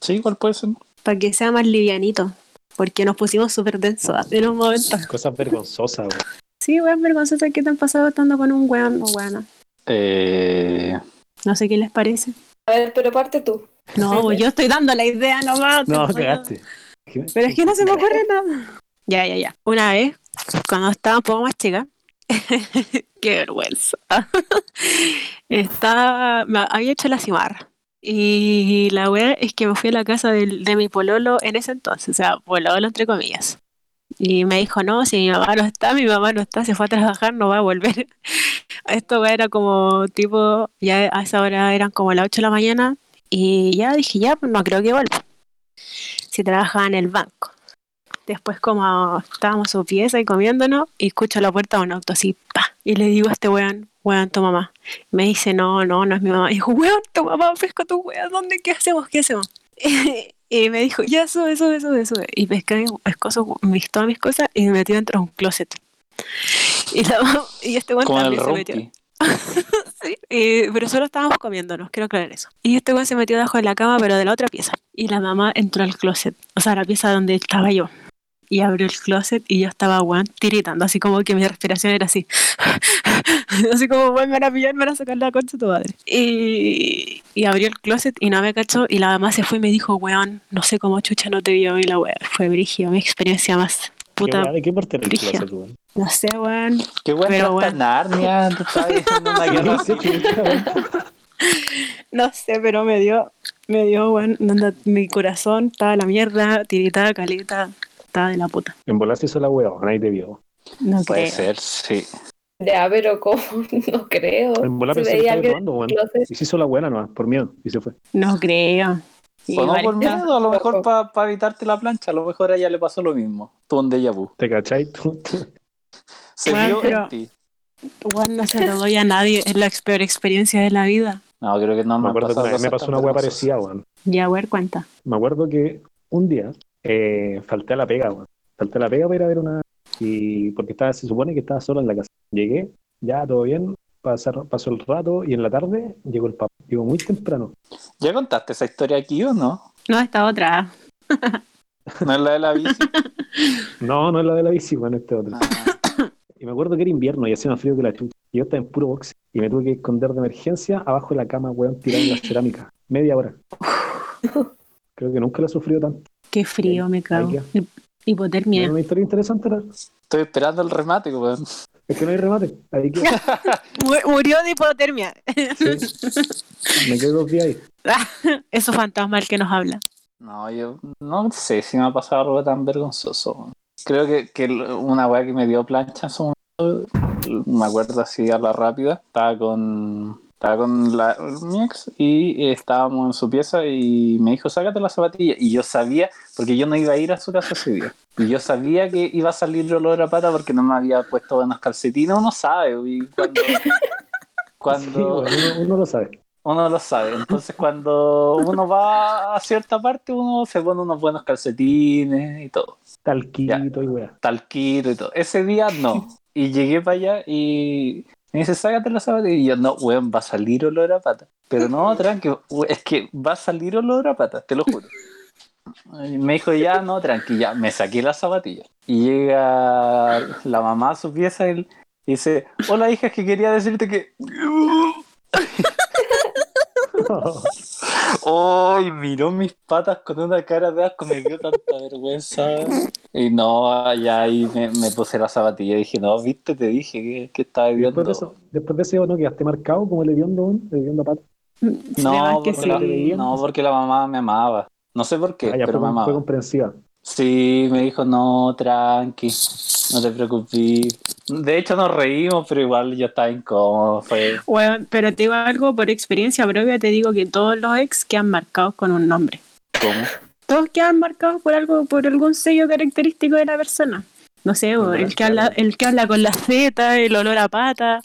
A: Sí, igual puede ser.
C: Para que sea más livianito, porque nos pusimos súper [LAUGHS] densos en un momento.
B: Cosas vergonzosas, weón.
C: Sí, weas vergonzosas que te han pasado estando con un weón o weona.
A: Eh,
C: No sé qué les
B: [LAUGHS]
C: parece.
D: A ver, pero parte tú.
C: No, pues yo estoy dando la idea nomás.
B: No,
C: tampoco.
B: cagaste. ¿Qué?
C: Pero es que no se me ocurre nada. Ya, ya, ya. Una vez, cuando estaba un poco más chica, [LAUGHS] qué vergüenza. [LAUGHS] estaba, me había hecho la cimarra. Y la wea es que me fui a la casa del- de, mi pololo en ese entonces, o sea, pololo entre comillas. Y me dijo, no, si mi mamá no está, mi mamá no está, se fue a trabajar, no va a volver. [LAUGHS] Esto wea, era como tipo, ya a esa hora eran como las 8 de la mañana. Y ya dije, ya, pues, no creo que vuelva si trabajaba en el banco. Después, como estábamos en su pieza y comiéndonos, y escucho la puerta de un auto así, pa. Y le digo a este weón, weón, tu mamá. Me dice, no, no, no es mi mamá. Y dijo, weón, tu mamá, pesco a tu weón, ¿dónde? ¿Qué hacemos? ¿Qué hacemos? [LAUGHS] y me dijo, ya sube, sube, sube, sube. Y pesca pescó su- mis, todas mis cosas y me metió dentro de un closet. Y, la mam- y este weón
A: Como el
C: también se metió. [LAUGHS]
A: Rumpi.
C: Sí, eh, pero solo estábamos comiéndonos, quiero aclarar eso. Y este güey se metió debajo de la cama, pero de la otra pieza. Y la mamá entró al closet, o sea, a la pieza donde estaba yo. Y abrió el closet y yo estaba, weón, tiritando, así como que mi respiración era así. [LAUGHS] así como, weón, me van a pillar, me van a sacar la concha de tu madre. Y, y abrió el closet y no me cachó. Y la mamá se fue y me dijo, weón, no sé cómo chucha no te vio. Y la weón fue brígido, mi experiencia más
B: ¿Qué weá?
C: puta.
B: ¿De qué parte era el
C: Brígida.
B: closet, weón?
C: No sé, weón.
A: Qué bueno
C: Pero
A: Pero
C: bueno.
A: Narnia, tú sabes, en
C: [LAUGHS]
A: una
B: [LAUGHS] Yo
A: guerra
B: Ah, no sé qué-
C: No sé, pero me dio, me dio, bueno, onda, mi corazón estaba a la mierda, tiritada, caleta, estaba de la puta.
B: En volar se hizo la weón, ahí te vio.
C: No
A: Puede
C: creo.
A: ser, sí.
D: Ya, pero ¿cómo? [LAUGHS] No creo.
B: En volar
D: Se
B: pensé que
D: veía
B: estaba
D: que-
B: tomando, weón.
D: Entonces,
B: Y se hizo la buena nomás, por miedo, y se fue.
C: No creo. eh, Sí,
A: o no
C: vale.
A: por miedo, a lo mejor para evitarte la plancha, a lo mejor a ella le pasó lo mismo. Tú un déjà vu.
B: ¿Te cachai? [LAUGHS] Tú- tú-
A: Se
C: Bueno,
A: vio
C: pero-
A: en ti.
C: Bueno, no se lo doy a nadie, es la peor experiencia de la vida.
A: No, creo que no
B: Me
A: me, han
B: acuerdo que
A: pasado
B: una vez
A: cosas
B: me Ah, pasó
A: tan
B: una weá
A: vergonzosas.
B: parecida, weón.
C: Ya, a ver, cuenta.
B: me acuerdo que un día eh, falté a la pega, weón. Falté a la pega para ir a ver una. Y porque estaba, se supone que estaba solo en la casa. Llegué, ya todo bien, pasar- pasó el rato y en la tarde llegó el papá. Llegó muy temprano.
A: ¿Ya contaste esa historia aquí o no?
C: No, esta otra.
A: ¿No es la de la
B: [LAUGHS]
A: bici?
B: No, no es la de la bici, bueno, este otro.
A: Ah,
B: Y me acuerdo que era invierno y hacía más frío que la chucha. Y yo estaba en puro box y me tuve que esconder de emergencia abajo de la cama, weón, tirado en la cerámica. Media hora. Creo que nunca la he sufrido tanto.
C: Qué frío, me cago.
B: Ahí
C: Hip- Hipotermia.
B: Una historia interesante, ¿no?
A: estoy esperando el remate, weón.
B: Es que no hay remate. Ahí
C: [LAUGHS]
B: queda.
C: Mu- Murió de hipotermia. [LAUGHS]
B: Sí. Me quedé dos días ahí.
C: Eso fantasma el que nos habla.
A: No, yo no sé si me ha pasado algo tan vergonzoso. weón. Creo que, que l- una weá que me dio plancha en su momento, l- me acuerdo así a la rápida, estaba con, estaba con la, mi ex y eh, estábamos en su pieza y me dijo, sácate la zapatilla. Y yo sabía, porque yo no iba a ir a su casa ese día. Y yo sabía que iba a salir olor a pata porque no me había puesto buenos calcetines. Uno sabe, y cuando...
B: Sí,
A: Cuando,
B: bueno, uno, uno lo sabe.
A: uno lo sabe. Entonces, cuando uno va a cierta parte, uno se pone unos buenos calcetines y todo.
B: Talquito
A: [LAUGHS]
B: y weá.
A: Talquito y todo. Ese día no. Y llegué para allá y me dice, sácate los zapatos. Y yo, no, weón, va a salir olor a pata. Pero no, tranqui, we- es que va a salir olor a pata, te lo juro. Y Me dijo, ya, no, tranqui, ya. Me saqué las zapatillas. Y llega la mamá a su pieza y y dice, hola, hija, es que quería decirte que... ¡Ay! miró mis patas con una cara de asco, me dio tanta vergüenza. Y no, allá ahí me, me puse la zapatilla y dije, no, viste, te dije que, que estaba
B: Después de
A: viendo.
B: eso, después de eso, ¿no? Quedaste marcado como el hediondo, weón, el hediondo a pata.
A: No,
C: Además que
A: porque la,
C: sí.
A: no, porque la mamá me amaba. No sé por qué,
B: Ah, ya,
A: pero
B: fue,
A: me
B: fue
A: amaba.
B: comprensiva.
A: Sí, me dijo, no, tranqui, no te preocupes. De hecho, nos reímos, pero igual yo estaba incómodo. Fue...
C: Bueno, pero te digo algo por experiencia propia, te digo que todos los ex quedan marcados con un nombre.
A: ¿Cómo?
C: Todos quedan marcados por algo, por algún sello característico de la persona. No sé, bo, el que habla, el que habla con la Z, el olor a pata,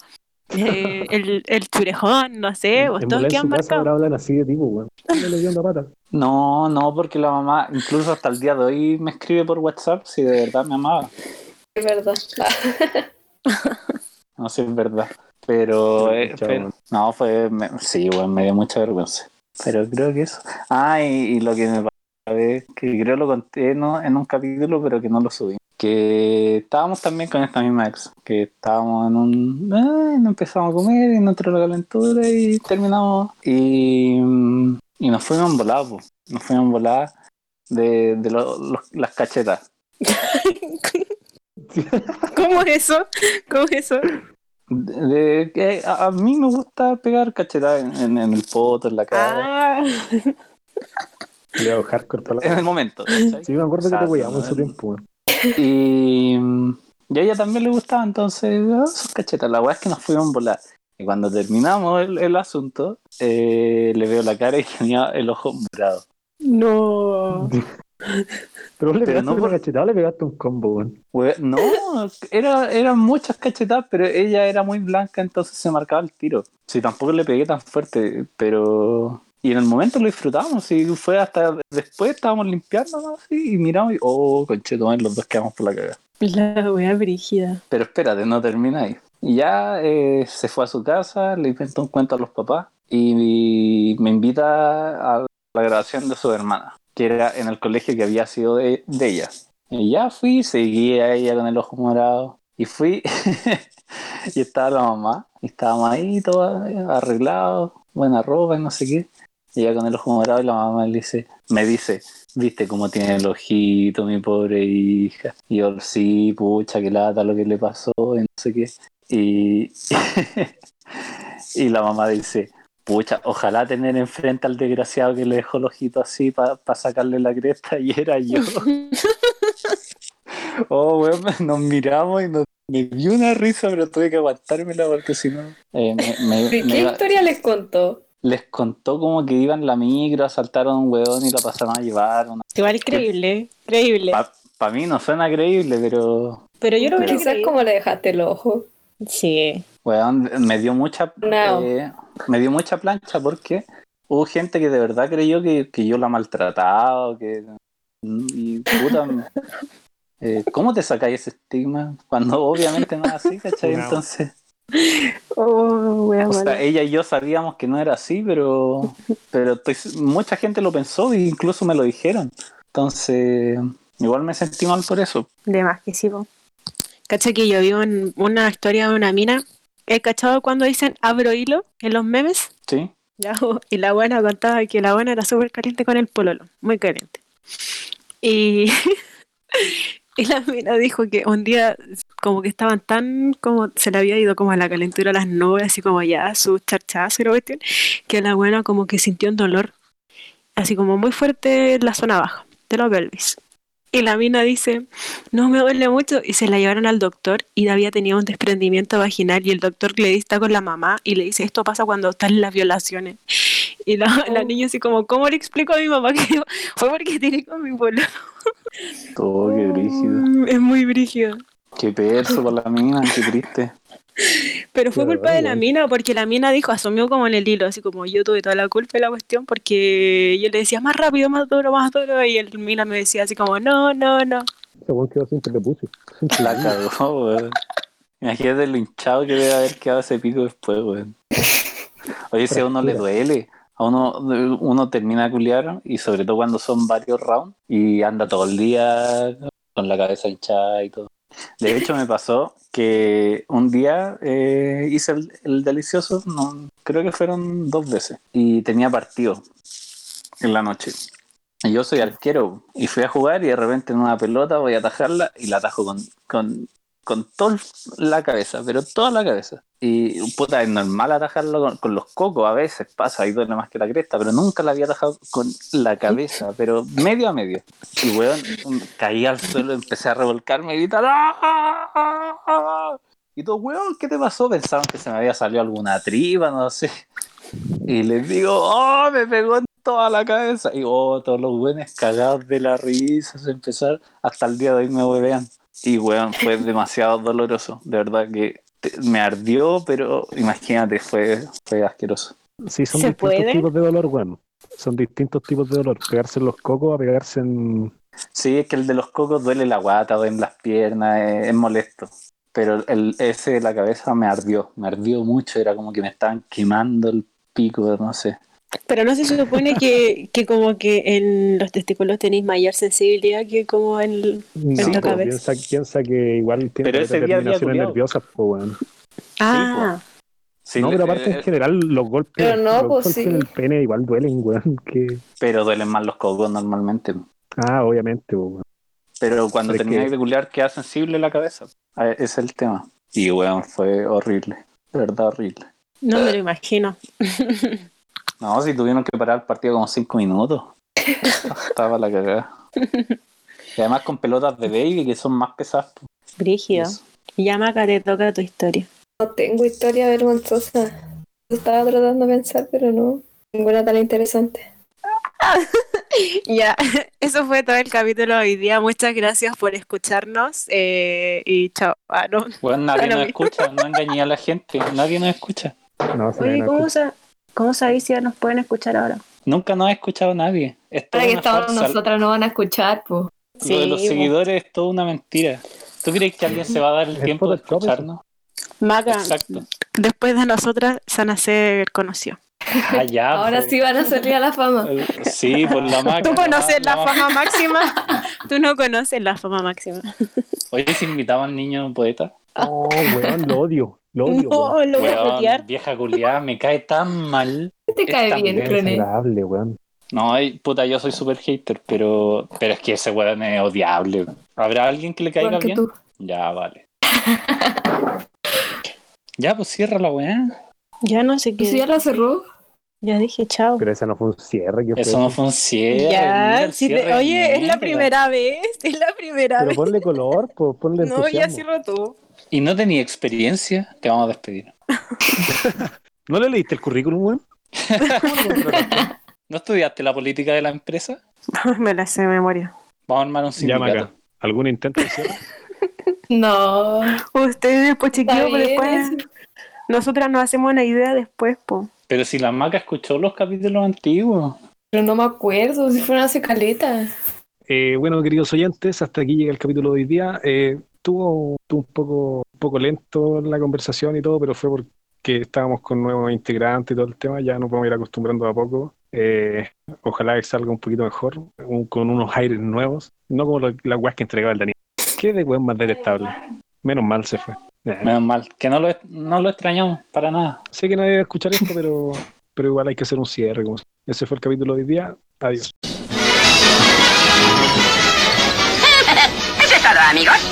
C: eh, el, el churejón, no sé, bo,
B: en
C: Eh, pues, todos
B: Mola, en
C: quedan
B: su casa ahora
C: marcados.
B: hablan así de tipo, weón. El hediondo
A: [LAUGHS]
B: a pata.
A: No, no, porque la mamá, incluso hasta el día de hoy, me escribe por WhatsApp si de verdad me amaba.
D: Es verdad.
B: [LAUGHS]
A: No sé, es verdad. Pero, eh,
B: Chao,
A: pero-
B: man.
A: no, fue. me- sí, bueno, me dio mucha vergüenza. Pero creo que eso. Ah, y, y lo que me pasó es que creo lo conté ¿no? en un capítulo, pero que no lo subí. Que estábamos también con esta misma ex. Que estábamos en un. ah, y nos empezamos a comer y nos entró la calentura y terminamos. Y, mm, y nos fuimos en volada, po. Nos fuimos en volada de, de lo- los- las cachetas.
C: [LAUGHS] ¿Cómo es eso? ¿Cómo es eso?
A: De- de- que a, a mí me gusta pegar cachetadas en, en- en el poto, en la cara.
C: Ah,
B: Cuidado, hardcore para
A: En
B: la...
A: el momento. ¿cachai?
B: Sí, me acuerdo que te
A: Exacto,
B: weíamos en su
A: man.
B: tiempo, weón.
A: Y, mm, y a ella también le gustaba, entonces, ah, sus cachetas. La weá es que nos fuimos a volar. Y cuando terminamos el, el asunto, eh, le veo la cara y [LAUGHS] tenía el ojo morado.
C: no.
B: Pero vos
A: Pero
B: le pegaste
A: no
B: una
A: por-
B: cachetada, le pegaste un combo, weón.
A: Hue- Pues, No, era, eran muchas cachetadas, pero ella era muy blanca, entonces se marcaba el tiro. Sí, tampoco le pegué tan fuerte, pero... Y en el momento lo disfrutamos, y fue hasta después, estábamos limpiándonos así, y miramos y... Oh, conchetumare, los dos quedamos por la cagada.
C: La wea brígida.
A: Pero espérate, no termina ahí. Y ya eh, se fue a su casa, le inventó un cuento a los papás y me invita a la grabación de su hermana, que era en el colegio que había sido de, de ella. Y ya fui, seguí a ella con el ojo morado y fui [LAUGHS] y estaba la mamá, y estábamos ahí todos arreglados, buena ropa y no sé qué. Y ella con el ojo morado y la mamá le dice, me dice, viste cómo tiene el ojito, mi pobre hija. Y yo, sí, pucha, qué lata lo que le pasó, y no sé qué. Y, [LAUGHS] y la mamá dice, pucha, ojalá tener enfrente al desgraciado que le dejó el ojito así para sacarle la cresta y era
D: [LAUGHS]
A: yo. oh, weón, nos miramos y nos, me dio una risa, pero tuve que aguantármela porque si no... eh, me- me-
D: ¿Y
A: me
D: qué
A: iba-
D: historia les contó?
A: les contó como que iban la micro, asaltaron a un weón y la pasaron a llevar. Una...
C: Igual creíble, creíble.
A: Para mí no suena creíble, pero
C: Pero yo lo hubiera
D: Quizás
C: creído.
D: como le dejaste el ojo.
C: Sí.
A: weón, me dio mucha
D: No.
A: eh, me dio mucha plancha porque hubo gente que de verdad creyó que, que yo la maltrataba, o que y puta eh, ¿Cómo te sacáis ese estigma? Cuando obviamente no es así, ¿cachai?
B: No.
A: Entonces,
C: Oh, wea
A: o
C: mala.
A: sea, ella y yo sabíamos que no era así, pero, pero estoy- mucha gente lo pensó e incluso me lo dijeron. Entonces, igual me sentí mal por eso.
C: De más que sí, po. Cacha que yo vi un- una historia de una mina. He cachado cuando dicen abro hilo en los memes. [LAUGHS]
A: Sí,
C: Ya, po. Y la buena contaba que la buena era súper caliente con el pololo. Muy caliente. Y, [LAUGHS] y la mina dijo que un día como que estaban tan como se le había ido como a la calentura a las nubes así como ya su charchazo y la cuestión que la buena como que sintió un dolor así como muy fuerte en la zona baja de los pelvis y la mina dice no me duele mucho y se la llevaron al doctor y había tenido un desprendimiento vaginal y el doctor le está con la mamá y le dice esto pasa cuando están las violaciones y la, la niña así como ¿cómo le explico a mi mamá que [LAUGHS] fue porque tiene con mi pololo?
A: todo qué brígido.
C: Mm, Es muy brígido.
A: Qué perso para la mina, qué triste.
C: Pero fue
B: Claro,
C: culpa de la
B: bueno.
C: mina, porque la mina dijo, asumió como en el hilo, así como yo tuve toda la culpa de la cuestión, porque yo le decía más rápido, más duro, más duro, y el mina me decía así como, no, no, no.
B: Este weón quedó sin pelepucio.
A: La cagó, weón. Imagínate lo hinchado que debe haber quedado ese pico después, weón. Oye, si a uno le duele, a uno, uno termina de culiar y sobre todo cuando son varios rounds y anda todo el día con la cabeza hinchada y todo. De hecho, me pasó que un día eh, hice el, el delicioso, no, creo que fueron dos veces, y tenía partido en la noche. Y yo soy arquero y fui a jugar y de repente en una pelota voy a atajarla y la atajo con, con, con toda la cabeza, pero toda la cabeza. Y puta, es normal atajarlo con, con los cocos, a veces pasa y duele más que la cresta, pero nunca la había atajado con la cabeza, pero medio a medio. Y weón, caí al suelo, empecé a revolcarme y gritar ¡Ah! Y todo, weón, ¿qué te pasó? Pensaron que se me había salido alguna triba, no sé. Y les digo, ¡oh! Me pegó en toda la cabeza. Y oh, todos los buenos cagados de la risa, se empezaron. Hasta el día de hoy me huevean. Y weón, fue demasiado doloroso. De verdad que te- me ardió, pero imagínate, fue, fue asqueroso.
B: Sí, son
C: ¿Se
B: distintos
C: puede?
B: tipos de dolor, weón. Son distintos tipos de dolor. Pegarse en los cocos a pegarse en.
A: Sí, es que el de los cocos duele la guata, duelen las piernas, eh, es, es molesto. Pero el, ese de la cabeza me ardió, me ardió mucho, era como que me estaban quemando el pico, no sé.
C: Pero no se supone que, que como que en los testículos tenéis mayor sensibilidad que como en... el-
B: No,
C: la
B: pero
C: cabeza.
B: piensa, piensa que igual tiene
A: Pero ese día había
B: determinaciones
A: culiao.
B: nerviosas, po, weón.
C: Ah,
A: Sí,
B: no, pero aparte
A: eh,
B: en general los golpes,
D: Pero no,
B: los
D: pues
B: golpes
D: sí.
B: en el pene igual duelen, weón. Que...
A: pero duelen más los cocos normalmente.
B: Ah, obviamente, po, weón.
A: Pero cuando
B: Pero es
A: terminé
B: que-
A: de culiar queda sensible la cabeza. Ah, ese Es el tema. Y weón, fue horrible. De verdad horrible.
C: no me lo imagino.
A: No, si tuvieron que parar el partido como cinco
D: [LAUGHS]
A: minutos. Estaba la cagada. Y además con pelotas de baby que son más pesadas. po.
C: Brígido.
A: Eso.
C: Ya, Maca, te toca tu historia.
D: No tengo historia vergonzosa. Lo estaba tratando de pensar, pero no. Ninguna tan interesante.
C: [LAUGHS] Ya, eso fue todo el capítulo de hoy día. Muchas gracias por escucharnos eh, y chao. Ah, no.
A: Weón, nadie
C: Ahora
D: [LAUGHS]
A: nos
C: mismo.
A: escucha. No engañé a la gente. Nadie nos escucha.
B: No, se me
C: Oye,
B: viene a
C: ¿cómo, sa- ¿cómo sabéis si nos pueden escuchar ahora?
A: Nunca nos ha escuchado nadie. Es toda
D: Ahora que
A: una
D: estamos
A: farsa.
D: nosotras no van a escuchar, pues.
A: Lo de los
C: Sí, po.
A: seguidores es toda una mentira. ¿Tú crees que alguien se va a dar el
B: Es
A: tiempo de
B: Photoshop eso.
A: escucharnos?
C: Maca,
A: Exacto.
C: después de nosotras, Sana se conoció.
A: Ah, ya,
D: Ahora
A: po.
D: sí van a salir a la
A: [LAUGHS]
D: fama.
A: Eh, Sí, por
C: [LAUGHS]
A: la máquina.
C: Tú conoces la
A: fama.
C: fama
A: [LAUGHS]
C: máxima. Tú no conoces la fama máxima.
A: Oye, se invitaban niños poeta.
B: No, weón, lo odio. Lo odio, weón.
C: lo
A: Weón, vieja culiada, me cae tan mal.
D: ¿Te
A: Es
D: cae
A: tan
D: bien,
A: bien,
D: René?
B: Desagradable, weón.
A: No, ay, puta, yo soy super hater, pero, pero es que ese weón es odiable. ¿Habrá alguien que le caiga
D: Igual que
A: bien?
D: tú.
A: Ya, vale. ya, pues cierra la weá.
C: Ya no sé
D: ¿Y si ya
C: qué.
D: la cerró?
C: Ya dije chao.
B: Pero esa no fue un cierre. que
A: Eso
B: fue?
A: no fue un cierre. mira,
C: Ya,
A: el
C: si te-
A: cierre
C: oye, es la
A: mierda.
C: primera vez, es la primera
B: Pero
C: vez.
B: ponle color, pues ponle
C: No, ya
B: entusiasmo.
C: cierro tú.
A: Y no tenía experiencia, te vamos a despedir.
B: ¿No le leíste el currículum, weón?
A: ¿No estudiaste la política de la empresa?
C: Me la sé de memoria.
A: Vamos a armar un
B: Llama
A: sindicato.
B: acá. ¿Algún intento de cierre?
D: No.
C: Ustedes después
D: Está
C: chiquillos, pero
D: bien
C: después
D: eso.
C: nosotras nos hacemos una idea después, po.
A: Pero si la maca escuchó los capítulos antiguos.
D: Pero no me acuerdo si fueron hace caleta.
B: Eh, bueno, queridos oyentes, hasta aquí llega el capítulo de hoy día. Eh, tuvo, tuvo un poco, un poco lento la conversación y todo, pero fue porque estábamos con nuevos integrantes y todo el tema. Ya nos vamos a ir acostumbrando de a poco. Eh, ojalá que salga un poquito mejor, un- con unos aires nuevos, no como lo- la guas que entregaba el Daniel. Qué de weón más detestable. Menos mal se fue. Eh,
A: Menos mal, que no lo, no lo extrañamos para nada.
B: sé que nadie va a escuchar esto, pero, pero igual hay que hacer un cierre. como- Ese fue el capítulo de hoy día. Adiós.
G: Eso es todo, amigos.